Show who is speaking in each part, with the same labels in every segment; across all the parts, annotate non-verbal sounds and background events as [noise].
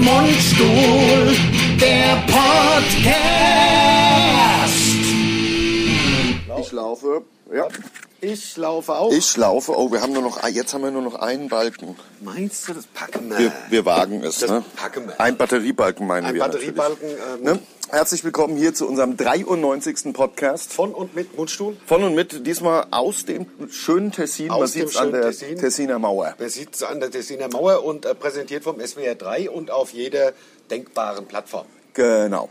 Speaker 1: Mundstuhl, der Podcast.
Speaker 2: Ich laufe. Ja,
Speaker 1: Ich laufe auch.
Speaker 2: ich laufe. Oh, wir haben nur noch, ah, jetzt haben wir nur noch einen Balken.
Speaker 3: Meinst du, das packen wir?
Speaker 2: Wir, wir wagen es.
Speaker 3: Das
Speaker 2: Ne?
Speaker 3: packen wir.
Speaker 2: Ein Batteriebalken meinen
Speaker 3: Ein
Speaker 2: wir.
Speaker 3: Batteriebalken,
Speaker 2: natürlich.
Speaker 3: ähm,
Speaker 2: ne? Herzlich willkommen hier zu unserem 93. Podcast.
Speaker 3: Von und mit Mundstuhl.
Speaker 2: Von und mit diesmal aus dem schönen Tessin. Man
Speaker 3: Aus dem
Speaker 2: sieht an
Speaker 3: schönen
Speaker 2: der
Speaker 3: Tessin.
Speaker 2: Tessiner Mauer.
Speaker 3: Wir sitzen an der Tessiner Mauer und äh, präsentiert vom SWR 3 und auf jeder denkbaren Plattform.
Speaker 2: Genau.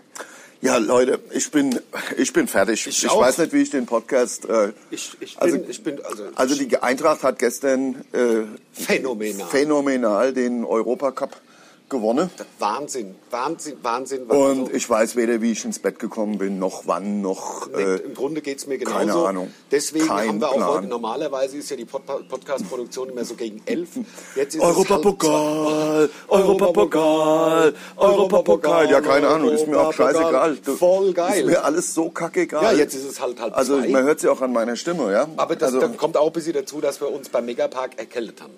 Speaker 2: Ja, Leute, ich bin, ich bin fertig.
Speaker 3: Ich
Speaker 2: Ich,
Speaker 3: auch.
Speaker 2: weiß nicht, wie ich den Podcast. Äh,
Speaker 3: Ich- ich
Speaker 2: also,
Speaker 3: bin- ich bin- also-
Speaker 2: also die Eintracht hat gestern äh,
Speaker 3: Phänomenal.
Speaker 2: phänomenal den Europacup gewonnen.
Speaker 3: Wahnsinn, Wahnsinn, Wahnsinn. Wahnsinn.
Speaker 2: Und ich weiß weder, wie ich ins Bett gekommen bin, noch wann, noch.
Speaker 3: Nee,
Speaker 2: Äh,
Speaker 3: Also, Im Grunde geht es mir genauso.
Speaker 2: keine Ahnung.
Speaker 3: Deswegen
Speaker 2: Kein
Speaker 3: haben wir auch
Speaker 2: Plan.
Speaker 3: heute, normalerweise ist ja die Pod Podcast-Produktion immer so gegen elf. Jetzt ist es halt
Speaker 2: Europapokal,
Speaker 3: halb zwei.
Speaker 2: Europapokal, Europapokal. Ja, keine Ahnung, ist mir auch
Speaker 3: Europapokal.
Speaker 2: scheißegal. Du-
Speaker 3: Voll geil.
Speaker 2: Ist mir alles so kackegal.
Speaker 3: Ja, jetzt ist es halt halb
Speaker 2: Also,
Speaker 3: zwei.
Speaker 2: man hört sie auch an meiner Stimme, ja?
Speaker 3: Aber das,
Speaker 2: also,
Speaker 3: da kommt auch ein bisschen dazu, dass wir uns beim Megapark erkältet haben.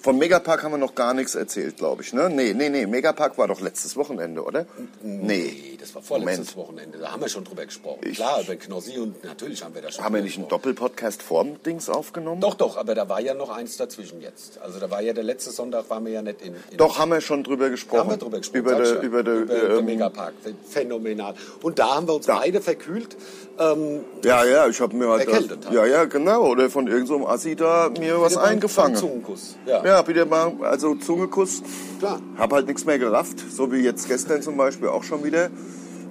Speaker 2: Vom Megapark haben wir noch gar nichts erzählt, glaube ich. Ne? Nee, nee, nee. Megapark war doch letztes Wochenende, oder? Nee.
Speaker 3: Nee, das war vorletztes Wochenende. Da haben wir schon drüber gesprochen. Klar, über Knossi und natürlich haben wir da schon.
Speaker 2: Haben wir
Speaker 3: drüber
Speaker 2: nicht einen
Speaker 3: gesprochen.
Speaker 2: Doppelpodcast vorm Dings aufgenommen?
Speaker 3: Doch, doch, aber da war ja noch eins dazwischen jetzt. Also da war ja der letzte Sonntag, waren wir ja nicht in. in
Speaker 2: Doch, haben wir schon drüber gesprochen.
Speaker 3: Da haben wir drüber gesprochen.
Speaker 2: Über,
Speaker 3: sag
Speaker 2: de,
Speaker 3: ich ja.
Speaker 2: über, de,
Speaker 3: über den
Speaker 2: ähm,
Speaker 3: Megapark. Phänomenal. Und da haben wir uns beide verkühlt. Ähm,
Speaker 2: Ja, ja, ich habe mir halt.
Speaker 3: Erkältet halt.
Speaker 2: ja, ja, genau. Oder von irgendeinem so einem Assi da mir was
Speaker 3: wieder beim-
Speaker 2: eingefangen.
Speaker 3: beim Zungenkuss. Ja.
Speaker 2: ja, bitte mal, also Zungekuss.
Speaker 3: Klar.
Speaker 2: Hab halt nichts mehr gerafft, so wie jetzt gestern zum Beispiel auch schon wieder.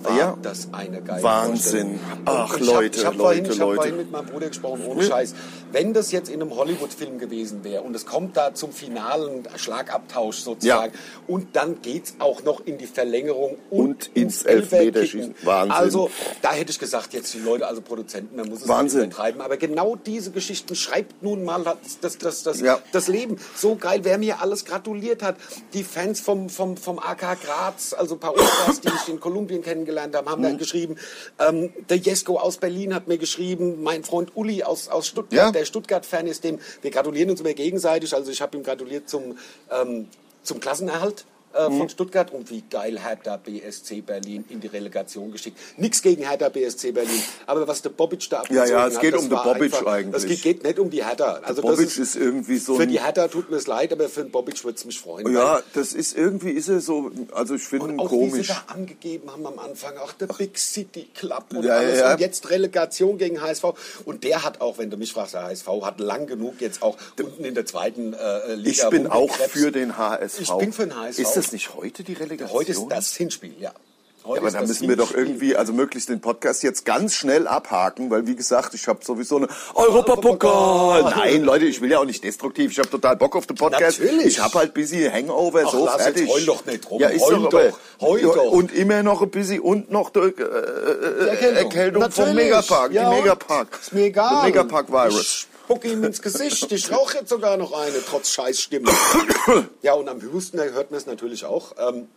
Speaker 3: War
Speaker 2: ja.
Speaker 3: das eine geile
Speaker 2: Wahnsinn.
Speaker 3: Vorstellung.
Speaker 2: Ach,
Speaker 3: Und ich hab-
Speaker 2: Leute,
Speaker 3: ich hab
Speaker 2: Leute,
Speaker 3: vorhin, Ich habe
Speaker 2: Leute.
Speaker 3: vorhin mit meinem Bruder gesprochen, ohne Scheiß. Wenn das jetzt in einem Hollywood-Film gewesen wäre und es kommt da zum finalen Schlagabtausch sozusagen
Speaker 2: Ja.
Speaker 3: und dann geht's auch noch in die Verlängerung
Speaker 2: Und ins
Speaker 3: Elfmeterkicken.
Speaker 2: Elfmeterschießen. Wahnsinn.
Speaker 3: Also, da hätte ich gesagt, jetzt die Leute, also Produzenten, man muss es
Speaker 2: Wahnsinn.
Speaker 3: nicht übertreiben. Aber genau diese Geschichten schreibt nun mal das, das, das, das,
Speaker 2: Ja.
Speaker 3: das Leben. So geil, wer mir alles gratuliert hat. Die Fans vom, vom, vom AK Graz, also ein paar Ultras, die ich in Kolumbien kennengelernt habe, haben
Speaker 2: Mhm.
Speaker 3: dann geschrieben. Ähm, der Jesko aus Berlin hat mir geschrieben. Mein Freund Uli aus, aus Stuttgart,
Speaker 2: Ja.
Speaker 3: der Stuttgart-Fan ist dem. Wir gratulieren uns immer gegenseitig. Also ich habe ihm gratuliert zum, ähm, zum Klassenerhalt. äh,
Speaker 2: Mhm.
Speaker 3: Von Stuttgart und wie geil Hertha BSC Berlin in die Relegation geschickt. Nichts gegen Hertha BSC Berlin, aber was der Bobic da
Speaker 2: Ja, ja,
Speaker 3: abgezogen
Speaker 2: es
Speaker 3: hat,
Speaker 2: geht
Speaker 3: das
Speaker 2: um den
Speaker 3: war
Speaker 2: Bobic
Speaker 3: einfach-
Speaker 2: eigentlich.
Speaker 3: Es geht, geht nicht um die Hertha. Also das
Speaker 2: Bobic ist irgendwie so
Speaker 3: Für
Speaker 2: ein-
Speaker 3: die Hertha tut mir es leid, aber für den Bobic würde es mich freuen.
Speaker 2: Ja, das ist irgendwie ist er so, also ich finde ihn
Speaker 3: Und auch wie sie
Speaker 2: komisch.
Speaker 3: da angegeben haben am Anfang, ach der Big City Club und
Speaker 2: Ja,
Speaker 3: alles.
Speaker 2: ja, ja.
Speaker 3: Und jetzt Relegation gegen HSV. Und der hat auch, wenn du mich fragst, der HSV hat lang genug jetzt auch unten in der zweiten äh, Liga.
Speaker 2: Ich bin auch
Speaker 3: rumgekrebst.
Speaker 2: für den HSV.
Speaker 3: Ich bin für den HSV.
Speaker 2: Ist das nicht heute die Relegation?
Speaker 3: Heute ist das Hinspiel, ja. Heute
Speaker 2: Ja, aber
Speaker 3: Oh, ist
Speaker 2: da
Speaker 3: das
Speaker 2: müssen wir doch
Speaker 3: Hinspiel.
Speaker 2: irgendwie, also möglichst den Podcast jetzt ganz schnell abhaken, weil wie gesagt, ich habe sowieso eine Europapokal. Nein, Leute, ich will ja auch nicht destruktiv. Ich habe total Bock auf den Podcast.
Speaker 3: Natürlich.
Speaker 2: Ich habe halt busy Hangover
Speaker 3: Ach,
Speaker 2: so
Speaker 3: lass jetzt,
Speaker 2: fertig.
Speaker 3: heul doch nicht rum.
Speaker 2: Ja, ist
Speaker 3: Heul
Speaker 2: doch, aber,
Speaker 3: doch, heul doch.
Speaker 2: Und immer noch ein busy und noch die, äh, Erkältung, Erkältung vom
Speaker 3: Natürlich.
Speaker 2: Megapark,
Speaker 3: Ja,
Speaker 2: die
Speaker 3: und?
Speaker 2: Megapark.
Speaker 3: Ist mir egal.
Speaker 2: The Megapark Virus.
Speaker 3: Ich spucke ihm ins Gesicht. Ich rauche jetzt sogar noch eine,
Speaker 2: [coughs]
Speaker 3: trotz Scheißstimme. ja, und am höchsten hört man es natürlich auch. Ähm,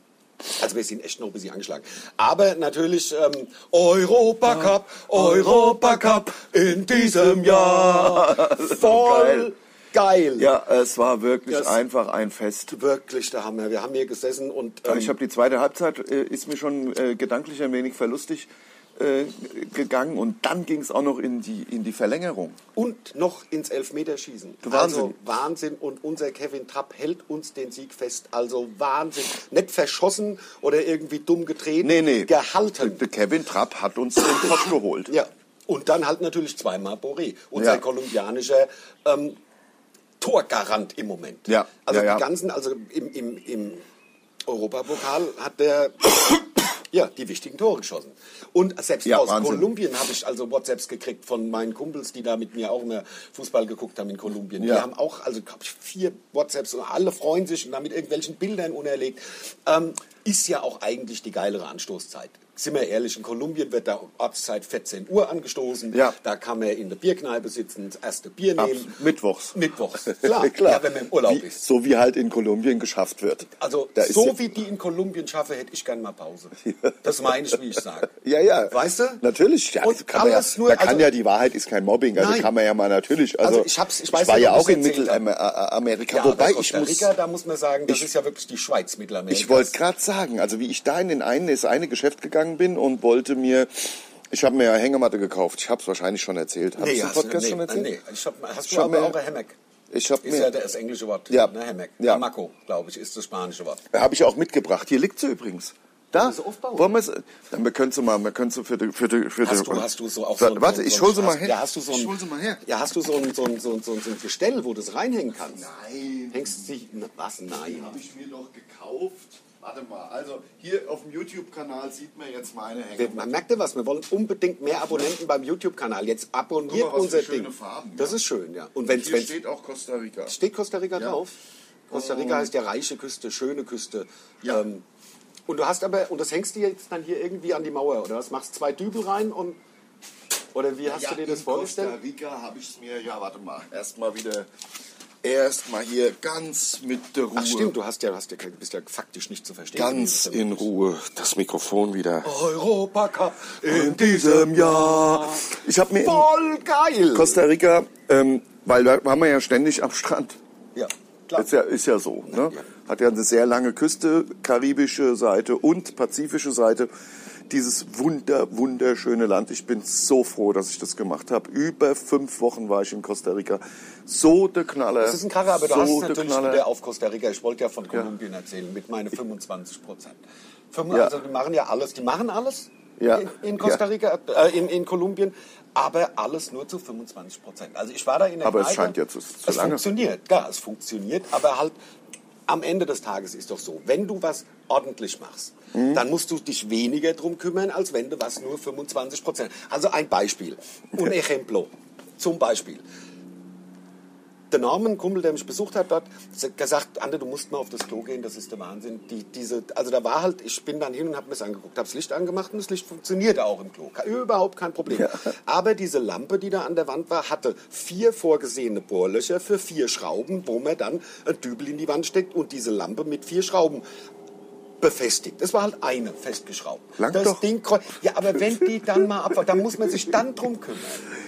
Speaker 3: also wir sind echt noch ein bisschen angeschlagen. Aber natürlich ähm, Europa Cup, Europa Cup in diesem
Speaker 2: [laughs]
Speaker 3: Jahr. Voll geil.
Speaker 2: Ja, es war wirklich
Speaker 3: Das-
Speaker 2: einfach ein Fest.
Speaker 3: Wirklich der Hammer. Wir haben hier gesessen und ähm,
Speaker 2: Ich habe die zweite Halbzeit, äh, ist mir schon äh, gedanklich ein wenig verlustig äh, gegangen und dann ging es auch noch in die, in die Verlängerung.
Speaker 3: und noch ins Elfmeterschießen.
Speaker 2: Wahnsinn.
Speaker 3: Also Wahnsinn und unser Kevin Trapp hält uns den Sieg fest. Also Wahnsinn. Nicht verschossen oder irgendwie dumm gedreht.
Speaker 2: Nee, nee.
Speaker 3: Gehalten.
Speaker 2: Der Kevin Trapp hat uns den Kopf
Speaker 3: [laughs]
Speaker 2: geholt.
Speaker 3: Ja. Und dann halt natürlich zweimal Boré, unser
Speaker 2: Ja.
Speaker 3: kolumbianischer ähm, Torgarant im Moment.
Speaker 2: Ja,
Speaker 3: Also
Speaker 2: ja, ja.
Speaker 3: die ganzen, also im, im, im Europapokal
Speaker 2: [coughs]
Speaker 3: hat der ja, die wichtigen Tore geschossen. Und selbst
Speaker 2: Ja,
Speaker 3: aus
Speaker 2: Wahnsinn.
Speaker 3: Kolumbien habe ich also WhatsApps gekriegt von meinen Kumpels, die da mit mir auch immer Fußball geguckt haben in Kolumbien. Die
Speaker 2: Ja.
Speaker 3: haben auch, also glaube ich, vier WhatsApps und alle freuen sich und haben mit irgendwelchen Bildern unerlegt. Ähm, ist ja auch eigentlich die geilere Anstoßzeit. sind wir ehrlich, in Kolumbien wird da Ortszeit 14 Uhr angestoßen.
Speaker 2: Ja.
Speaker 3: Da kann man in der Bierkneipe sitzen, das erste Bier
Speaker 2: Ab-
Speaker 3: nehmen.
Speaker 2: Mittwochs. [laughs]
Speaker 3: Mittwochs, klar. Ja, wenn man im Urlaub
Speaker 2: wie,
Speaker 3: ist.
Speaker 2: So wie halt in Kolumbien geschafft wird.
Speaker 3: Also
Speaker 2: Da ist
Speaker 3: so
Speaker 2: ja-
Speaker 3: wie die in Kolumbien schaffe, hätte ich gern mal Pause.
Speaker 2: [laughs]
Speaker 3: Das meine ich, wie ich sage.
Speaker 2: Ja, ja.
Speaker 3: Weißt du?
Speaker 2: Natürlich. Ja,
Speaker 3: Und
Speaker 2: das kann man ja,
Speaker 3: alles nur-
Speaker 2: da kann
Speaker 3: also-
Speaker 2: ja die Wahrheit ist kein Mobbing. Also
Speaker 3: Nein.
Speaker 2: kann man ja mal natürlich. Also,
Speaker 3: Also ich hab's- ich weiß
Speaker 2: war
Speaker 3: nicht,
Speaker 2: ja
Speaker 3: ob ich's
Speaker 2: auch in
Speaker 3: erzählt hab.
Speaker 2: Mittelamerika.
Speaker 3: Ja,
Speaker 2: Wobei
Speaker 3: aber
Speaker 2: ich
Speaker 3: Costa
Speaker 2: muss.
Speaker 3: Rica, da muss man sagen, das ist ja wirklich die Schweiz Mittelamerika.
Speaker 2: Ich wollte gerade sagen, also wie ich da in den einen, das eine Geschäft gegangen bin und wollte mir, ich habe mir ja Hängematte gekauft. Ich habe es wahrscheinlich schon erzählt. Hab
Speaker 3: nee,
Speaker 2: ich's im
Speaker 3: hast du-
Speaker 2: Podcast
Speaker 3: nee,
Speaker 2: schon erzählt?
Speaker 3: Nee, ich hab, hast
Speaker 2: Ich
Speaker 3: du
Speaker 2: hab
Speaker 3: aber
Speaker 2: mir-
Speaker 3: auch ein Hammock.
Speaker 2: Ich habe
Speaker 3: Ist ja
Speaker 2: mir,
Speaker 3: das englische Wort.
Speaker 2: Ja.
Speaker 3: Ne, Hammock.
Speaker 2: Ja.
Speaker 3: Hamaco, glaube ich, ist das spanische Wort.
Speaker 2: habe ich auch mitgebracht. Hier liegt sie übrigens. Da,
Speaker 3: Wollen wir sie aufbauen?
Speaker 2: wollen wir es, dann wir können sie mal, wir können sie für die, für die, für
Speaker 3: Hast
Speaker 2: die,
Speaker 3: du, hast du so auch so ein-
Speaker 2: Warte,
Speaker 3: so ein-
Speaker 2: ich
Speaker 3: so ein-
Speaker 2: hole sie mal
Speaker 3: hast-
Speaker 2: hin.
Speaker 3: Ja, hast du so ein,
Speaker 1: Ich hol sie mal her.
Speaker 3: Ja, hast du so ein, so ein, so ein, so ein, so ein Gestell, wo du es reinhängen kannst?
Speaker 2: Nein.
Speaker 3: Hängst du dich, na, was? Nein.
Speaker 2: Habe ich mir doch gekauft. Warte mal, also hier auf dem YouTube-Kanal sieht man jetzt meine
Speaker 3: Wir-
Speaker 2: Hänge.
Speaker 3: Man merkt ja was, wir wollen unbedingt mehr Abonnenten beim YouTube-Kanal. Jetzt abonniert
Speaker 2: Guck mal, was
Speaker 3: unser
Speaker 2: für schöne
Speaker 3: Ding.
Speaker 2: Farben,
Speaker 3: das
Speaker 2: ja.
Speaker 3: ist schön, ja. Und wenn
Speaker 2: Hier steht auch Costa Rica.
Speaker 3: Steht Costa Rica
Speaker 2: Ja. Oh.
Speaker 3: drauf? Costa Rica heißt ja reiche Küste, schöne Küste.
Speaker 2: Ja.
Speaker 3: Ähm, und du hast aber, und das hängst du jetzt dann hier irgendwie an die Mauer, oder was? Machst zwei Dübel rein und. Oder wie hast
Speaker 2: Ja,
Speaker 3: du dir das
Speaker 2: in
Speaker 3: vorgestellt?
Speaker 2: Costa Rica habe ich es mir, ja, warte mal, erstmal wieder, erstmal hier ganz mit der Ruhe.
Speaker 3: Ach stimmt, du hast ja, hast ja, du bist ja faktisch nicht zu verstehen.
Speaker 2: Ganz
Speaker 3: gewesen.
Speaker 2: in Ruhe das Mikrofon wieder.
Speaker 3: Europacup in
Speaker 2: diesem Jahr. Ich habe mir in
Speaker 3: voll geil!
Speaker 2: Costa Rica, ähm, weil da waren wir ja ständig am Strand.
Speaker 3: ja, klar.
Speaker 2: Ist ja, ist ja so. Ne?
Speaker 3: Ja.
Speaker 2: Hat ja eine sehr lange Küste, karibische Seite und pazifische Seite. Dieses wunder, wunderschöne Land. Ich bin so froh, dass ich das gemacht habe. Über fünf Wochen war ich in Costa Rica. So der Knaller.
Speaker 3: Das ist ein Kracher, aber du
Speaker 2: so
Speaker 3: hast es
Speaker 2: der
Speaker 3: natürlich
Speaker 2: Knaller.
Speaker 3: wieder auf Costa Rica. Ich wollte ja von Kolumbien erzählen, mit meine 25 Prozent.
Speaker 2: Ja.
Speaker 3: Also die machen ja alles, die machen alles
Speaker 2: Ja.
Speaker 3: in, in Costa
Speaker 2: Ja.
Speaker 3: Rica, äh, in, in Kolumbien, aber alles nur zu 25 Prozent. Also ich war da in der
Speaker 2: Aber es
Speaker 3: Kneipe.
Speaker 2: scheint jetzt, es ist zu
Speaker 3: es
Speaker 2: lange.
Speaker 3: funktioniert, ja, es funktioniert, aber halt am Ende des Tages ist doch so, wenn du was ordentlich machst,
Speaker 2: Mhm.
Speaker 3: dann musst du dich weniger drum kümmern, als wenn du was nur 25 Prozent. Also ein Beispiel, un ejemplo, zum Beispiel der Norman, ein Kumpel, der mich besucht hat dort, hat gesagt, Ande, du musst mal auf das Klo gehen, das ist der Wahnsinn. Die, diese, also da war halt, ich bin dann hin und habe mir das angeguckt, habe das Licht angemacht und das Licht funktionierte auch im Klo. Ke- Überhaupt kein Problem. Aber diese Lampe, die da an der Wand war, hatte vier vorgesehene Bohrlöcher für vier Schrauben, wo man dann einen Dübel in die Wand steckt und diese Lampe mit vier Schrauben befestigt. Das war halt eine festgeschraubt.
Speaker 2: Langt
Speaker 3: das
Speaker 2: doch.
Speaker 3: Ding kreu- Ja, aber wenn die dann mal abfällt, dann muss man sich dann drum kümmern.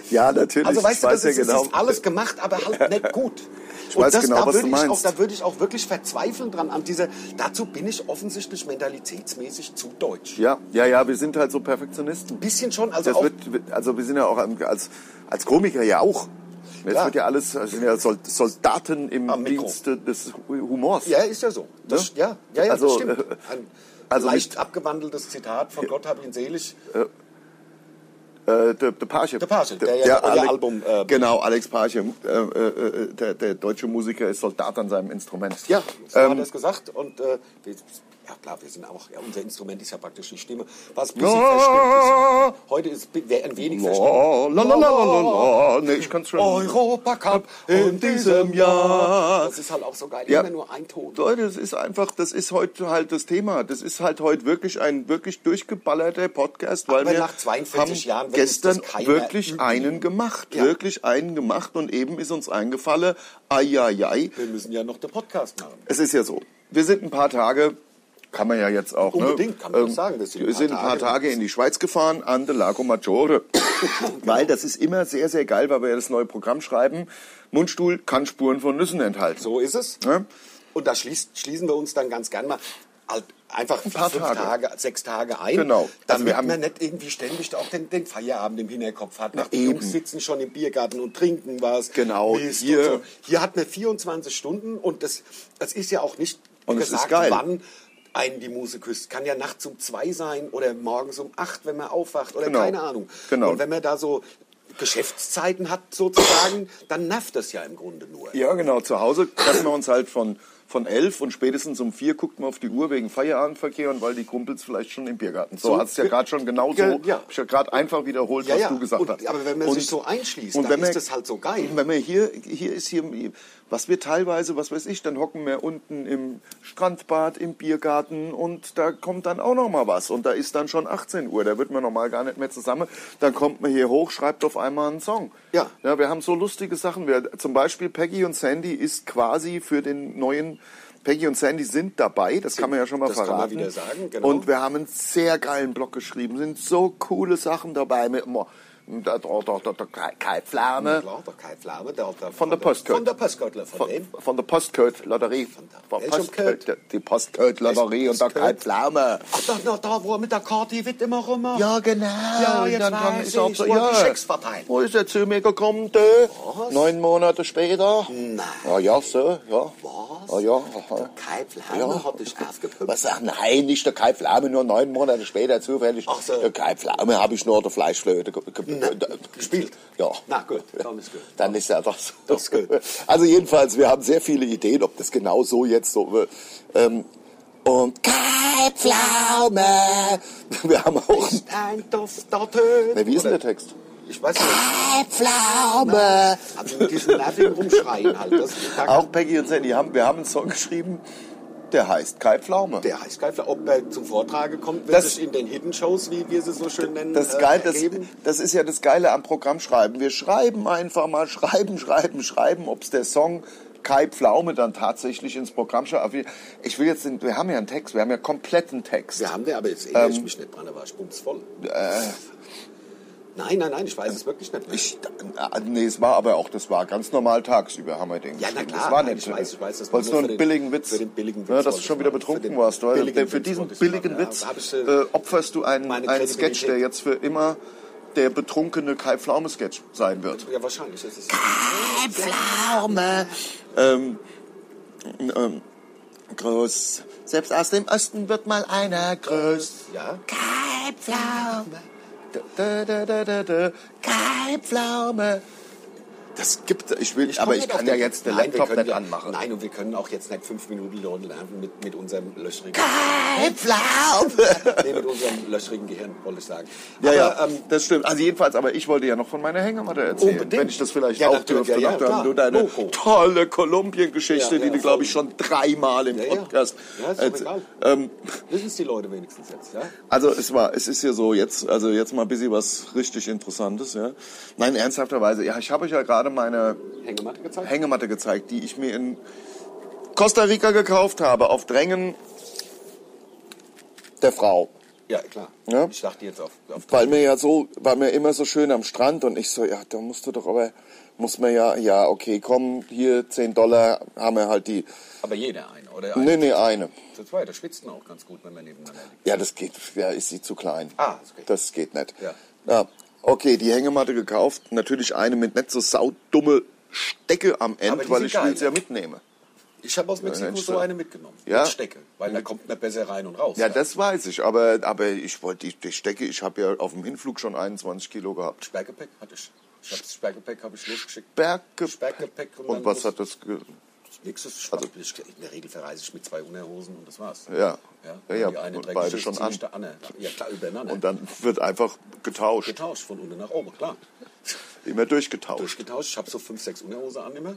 Speaker 2: Ja, natürlich.
Speaker 3: Also weißt
Speaker 2: ich
Speaker 3: du,
Speaker 2: weiß
Speaker 3: das ist,
Speaker 2: ja
Speaker 3: es
Speaker 2: genau.
Speaker 3: ist alles gemacht, aber
Speaker 2: [laughs]
Speaker 3: halt nicht gut.
Speaker 2: Ich weiß genau,
Speaker 3: da
Speaker 2: was
Speaker 3: würde
Speaker 2: du
Speaker 3: ich Auch,
Speaker 2: meinst.
Speaker 3: da würde ich auch wirklich verzweifeln dran an dieser. Dazu bin ich offensichtlich mentalitätsmäßig zu deutsch.
Speaker 2: ja, ja, ja, wir sind halt so Perfektionisten.
Speaker 3: Ein bisschen schon, also
Speaker 2: Das
Speaker 3: auch
Speaker 2: wird, also wir sind ja auch am- als, als Komiker ja auch. Jetzt
Speaker 3: Klar.
Speaker 2: wird ja alles, also sind ja Sol- Soldaten im
Speaker 3: Am Mikro.
Speaker 2: Dienste des Humors. Äh,
Speaker 3: Ja, ist ja so. Das,
Speaker 2: Ne?
Speaker 3: ja, ja, ja,
Speaker 2: Also,
Speaker 3: das stimmt.
Speaker 2: äh,
Speaker 3: Ein
Speaker 2: also
Speaker 3: leicht
Speaker 2: mit-
Speaker 3: abgewandeltes Zitat von Gott hab ihn selig.
Speaker 2: Äh, der, der Parche.
Speaker 3: Der Parche, der ja euer Album, äh,
Speaker 2: genau, Alex Parche. Äh, äh, äh, der, der deutsche Musiker ist Soldat an seinem Instrument.
Speaker 3: Ja, so
Speaker 2: Ähm,
Speaker 3: hat er es gesagt. Und äh, wir, ja klar, wir sind auch, ja, unser Instrument ist ja praktisch die Stimme. Was ein bisschen
Speaker 2: Ja.
Speaker 3: verständlich ist. Heute ist wer ein wenig
Speaker 2: la, Ah, la, la, la, la, la. Nee, ich kann's schon.
Speaker 3: Europacup in diesem Jahr. Das ist halt auch so geil.
Speaker 2: Ja.
Speaker 3: Immer nur ein Ton.
Speaker 2: Leute, das ist einfach, das ist heute halt das Thema. Das ist halt heute wirklich ein wirklich durchgeballerter Podcast, weil
Speaker 3: Aber
Speaker 2: wir
Speaker 3: nach 42
Speaker 2: haben
Speaker 3: Jahren wird uns das
Speaker 2: gestern
Speaker 3: keiner
Speaker 2: wirklich
Speaker 3: üben.
Speaker 2: einen gemacht,
Speaker 3: Ja.
Speaker 2: wirklich einen gemacht und eben ist uns eingefallen, ai, ai, ai.
Speaker 3: Wir müssen ja noch den Podcast machen.
Speaker 2: Es ist ja so, wir sind ein paar Tage, kann man ja jetzt auch, ne?
Speaker 3: Unbedingt, kann man doch sagen, wir
Speaker 2: wir
Speaker 3: sind
Speaker 2: sind,
Speaker 3: ein paar
Speaker 2: ein paar
Speaker 3: Tage-
Speaker 2: Tage in die Schweiz gefahren, an de Lago
Speaker 3: [coughs]
Speaker 2: Maggiore.
Speaker 3: Genau.
Speaker 2: weil das ist immer sehr, sehr geil, weil wir ja das neue Programm schreiben. Mundstuhl kann Spuren von Nüssen enthalten.
Speaker 3: Halt So ist es.
Speaker 2: Ne?
Speaker 3: Und da schließt, schließen wir uns dann ganz gern mal halt einfach ein
Speaker 2: paar
Speaker 3: fünf
Speaker 2: Tage.
Speaker 3: Tage. sechs Tage ein.
Speaker 2: Genau. Also
Speaker 3: Damit
Speaker 2: wir haben-
Speaker 3: man nicht irgendwie ständig auch den, den Feierabend im Hinterkopf hat. Nach die
Speaker 2: eben.
Speaker 3: Jungs sitzen schon im Biergarten und trinken was.
Speaker 2: Genau,
Speaker 3: Mist
Speaker 2: hier-
Speaker 3: Und so. Hier hat man 24 Stunden und das, das ist ja auch nicht
Speaker 2: Und es ist
Speaker 3: gesagt,
Speaker 2: geil.
Speaker 3: wann einen die Muse küsst. Kann ja nachts um zwei sein oder morgens um acht, wenn man aufwacht oder
Speaker 2: Genau.
Speaker 3: keine Ahnung.
Speaker 2: Genau.
Speaker 3: Und wenn man da so Geschäftszeiten hat sozusagen, dann nervt das ja im Grunde nur.
Speaker 2: Ja, genau. Zu Hause treffen wir uns halt von von elf und spätestens um vier guckt man auf die Uhr wegen Feierabendverkehr und weil die Kumpels vielleicht schon im Biergarten. So,
Speaker 3: So,
Speaker 2: hast du ja
Speaker 3: ge-
Speaker 2: gerade schon genau so,
Speaker 3: ge- ja.
Speaker 2: hab ich ja gerade einfach wiederholt, was du gesagt
Speaker 3: und,
Speaker 2: hast.
Speaker 3: Aber wenn man
Speaker 2: Und-
Speaker 3: sich so einschließt,
Speaker 2: und
Speaker 3: dann
Speaker 2: wenn man-
Speaker 3: ist das halt so geil.
Speaker 2: und Wenn wir hier, hier ist hier, was wir teilweise, was weiß ich, dann hocken wir unten im Strandbad, im Biergarten und da kommt dann auch noch mal was. Und da ist dann schon 18 Uhr, da wird man normal gar nicht mehr zusammen. Dann kommt man hier hoch, schreibt auf einmal einen Song.
Speaker 3: Ja.
Speaker 2: Ja, wir haben so lustige Sachen. Wir, zum Beispiel Peggy und Sandy ist quasi für den neuen... Peggy und Sandy sind dabei, das kann man ja schon mal
Speaker 3: Das kann man
Speaker 2: verraten.
Speaker 3: wieder sagen, genau.
Speaker 2: Und wir haben einen sehr geilen Blog geschrieben, sind so coole Sachen dabei. Mit, da, da, da, da, da, Kai Pflame,
Speaker 3: Klar, der Kai Pflaume, der, der,
Speaker 2: von der Postcode.
Speaker 3: Von der Postcode, von,
Speaker 2: Von,
Speaker 3: dem.
Speaker 2: von der Postcode-Lotterie. Von
Speaker 3: der- welchem
Speaker 2: Postcode. Die Postcode-Lotterie und der
Speaker 3: Postcode?
Speaker 2: Kai Pflaume.
Speaker 3: Ach, da, da, da, wo er mit der Kati wird immer rum.
Speaker 2: Ja, genau.
Speaker 3: Ja,
Speaker 2: Und
Speaker 3: jetzt
Speaker 2: dann kam
Speaker 3: weiß
Speaker 2: ich auch
Speaker 3: ich,
Speaker 2: so,
Speaker 3: wo
Speaker 2: ja,
Speaker 3: die Schecks verteilen.
Speaker 2: Wo ist er zu mir gekommen, du? Neun Monate später? Nein. Ja, ja, so, ja.
Speaker 3: Was?
Speaker 2: Ah, Ja, ja. aha.
Speaker 3: Kai Pflaume
Speaker 2: Ja.
Speaker 3: hat dich aufgepumpt.
Speaker 2: Was sagt, nein, nicht der Kai Pflaume, nur neun Monate später zufällig.
Speaker 3: Ach so.
Speaker 2: Der Kai Pflaume habe ich nur der Fleischflöte ge ge
Speaker 3: gespielt.
Speaker 2: Ja.
Speaker 3: Na gut, dann ist gut.
Speaker 2: Dann ist er doch so.
Speaker 3: Das ist gut.
Speaker 2: Also jedenfalls, wir haben sehr viele Ideen, ob das genau so jetzt so. äh, Ähm, und Kai Pflaume. [laughs] Wir haben auch.
Speaker 3: Ein dufter Tön.
Speaker 2: Ne, wie ist denn der Text?
Speaker 3: Ich weiß nicht.
Speaker 2: Kai Pflaume.
Speaker 3: Also mit diesem nervigen Rumschreien halt. Das, da,
Speaker 2: Auch Peggy und Sandy haben, wir haben einen Song geschrieben, der heißt Kai Pflaume.
Speaker 3: Der heißt Kai Pflaume. Ob er zum Vortrage kommt, wird
Speaker 2: Das-
Speaker 3: sich in den Hidden Shows, wie wir sie so schön nennen,
Speaker 2: Das,
Speaker 3: äh,
Speaker 2: Geil, das,
Speaker 3: ergeben.
Speaker 2: das ist ja das Geile am Programmschreiben. Wir schreiben einfach mal, [laughs] schreiben, schreiben, schreiben, ob es der Song Kai Pflaume dann tatsächlich ins Programm schreibt. Aber wir- Ich will jetzt, den- wir haben ja einen Text, wir haben ja kompletten Text.
Speaker 3: Wir haben den, aber jetzt erinnere ich
Speaker 2: Ähm,
Speaker 3: mich nicht dran, da war ich bumsvoll. nein, nein, nein, ich weiß es wirklich nicht mehr.
Speaker 2: äh. Ich, ah, nee, es war aber auch, das war ganz normal tagsüber, haben wir den
Speaker 3: Ja, na
Speaker 2: geschrieben.
Speaker 3: klar,
Speaker 2: Das war
Speaker 3: nein,
Speaker 2: nicht,
Speaker 3: ich weiß, ich weiß, das war
Speaker 2: wolltest
Speaker 3: nur
Speaker 2: nur einen
Speaker 3: für den-
Speaker 2: billigen Witz.
Speaker 3: für den billigen Witz
Speaker 2: Ja, dass
Speaker 3: wollte
Speaker 2: du
Speaker 3: ich
Speaker 2: schon wieder
Speaker 3: machen. Für
Speaker 2: betrunken
Speaker 3: den
Speaker 2: warst. Weil
Speaker 3: billigen
Speaker 2: denn für
Speaker 3: Witz
Speaker 2: diesen
Speaker 3: wollte ich machen,
Speaker 2: billigen
Speaker 3: ja,
Speaker 2: Witz
Speaker 3: da hab ich,
Speaker 2: äh,
Speaker 3: äh,
Speaker 2: opferst du einen,
Speaker 3: meine
Speaker 2: einen Sketch, der
Speaker 3: Kredibilität.
Speaker 2: jetzt für immer der betrunkene Kai Pflaume-Sketch sein wird.
Speaker 3: Ja, wahrscheinlich. Das ist
Speaker 2: Pflaume. Ähm, ähm, groß. Selbst aus dem Osten wird mal einer groß.
Speaker 3: ja.
Speaker 2: Kai Pflaume. Da, da, da, da, da. Kai Pflaume. Das gibt, ich will, aber
Speaker 3: komm
Speaker 2: ich
Speaker 3: nicht auf
Speaker 2: kann ja
Speaker 3: den-
Speaker 2: jetzt den
Speaker 3: Nein, wir
Speaker 2: Laptop
Speaker 3: können
Speaker 2: nicht
Speaker 3: ja-
Speaker 2: anmachen.
Speaker 3: Nein, und wir können auch jetzt nicht fünf Minuten lernen mit, mit unserem löchrigen
Speaker 2: Kai Pflaume.
Speaker 3: [laughs] nee, mit unserem löchrigen Gehirn, wollte ich sagen.
Speaker 2: Ja,
Speaker 3: Aber,
Speaker 2: ja,
Speaker 3: ähm,
Speaker 2: das stimmt. Also jedenfalls, aber ich wollte ja noch von meiner Hängematte erzählen,
Speaker 3: Unbedingt.
Speaker 2: wenn ich das vielleicht
Speaker 3: Ja,
Speaker 2: auch
Speaker 3: natürlich,
Speaker 2: dürfte.
Speaker 3: ja, ja,
Speaker 2: nachdem
Speaker 3: klar.
Speaker 2: du deine
Speaker 3: Logo.
Speaker 2: tolle Kolumbien-Geschichte,
Speaker 3: Ja, ja,
Speaker 2: die du, glaube ich,
Speaker 3: voll.
Speaker 2: schon dreimal im
Speaker 3: Ja, ja.
Speaker 2: Podcast...
Speaker 3: Ja, ist doch
Speaker 2: erz-
Speaker 3: egal.
Speaker 2: Ähm,
Speaker 3: wissen es die Leute wenigstens jetzt, ja?
Speaker 2: also es war, es ist hier so, jetzt, also jetzt mal ein bisschen was richtig Interessantes, ja. Nein, ernsthafterweise, ja, ich habe euch ja gerade meine
Speaker 3: Hängematte gezeigt?
Speaker 2: Hängematte gezeigt, die ich mir in Costa Rica gekauft habe, auf Drängen der Frau.
Speaker 3: ja, klar.
Speaker 2: Ja.
Speaker 3: Ich dachte jetzt auf, auf
Speaker 2: Weil mir ja so, war mir immer so schön am Strand und ich so, ja, da musst du doch aber, muss man ja, ja, okay, komm, hier 10 Dollar haben wir halt die.
Speaker 3: aber jeder eine, oder? Eine
Speaker 2: Nee, nee, eine.
Speaker 3: zu zweit, das schwitzt man auch ganz gut, wenn man nebeneinander liegt.
Speaker 2: Ja, das geht, ja, ist sie zu klein.
Speaker 3: Ah, das geht.
Speaker 2: Das geht nicht.
Speaker 3: Ja.
Speaker 2: ja. Okay, die Hängematte gekauft, natürlich eine mit nicht so saudumme Stecke am
Speaker 3: Aber
Speaker 2: End,
Speaker 3: die
Speaker 2: weil
Speaker 3: sind
Speaker 2: ich will
Speaker 3: geil.
Speaker 2: sie ja mitnehme.
Speaker 3: Ich habe aus Mexiko
Speaker 2: Mensch,
Speaker 3: so
Speaker 2: ja.
Speaker 3: eine mitgenommen.
Speaker 2: Ja.
Speaker 3: Mit Stecke, weil da kommt man besser rein und raus.
Speaker 2: Ja, das weiß ich, aber, aber ich wollte die, die Stecke, ich habe ja auf dem Hinflug schon 21 Kilo gehabt.
Speaker 3: Sperrgepäck hatte ich. Ich habe das Sperrgepäck habe ich losgeschickt.
Speaker 2: Berggepäck.
Speaker 3: Sperrgepäck und
Speaker 2: Und
Speaker 3: dann
Speaker 2: was
Speaker 3: muss-
Speaker 2: hat das... Ge
Speaker 3: Nächstes also, in der Regel verreise ich mit zwei Unterhosen und das war's.
Speaker 2: Ja.
Speaker 3: Ja,
Speaker 2: Ja, ja,
Speaker 3: die eine
Speaker 2: und
Speaker 3: dreckig
Speaker 2: beide
Speaker 3: ist,
Speaker 2: schon
Speaker 3: die
Speaker 2: an.
Speaker 3: nächste Anne. Ja, klar, übereinander.
Speaker 2: Und dann wird einfach getauscht,
Speaker 3: getauscht, von unten nach oben, klar.
Speaker 2: immer durchgetauscht.
Speaker 3: Durchgetauscht, ich habe so fünf, sechs Unterhose an immer.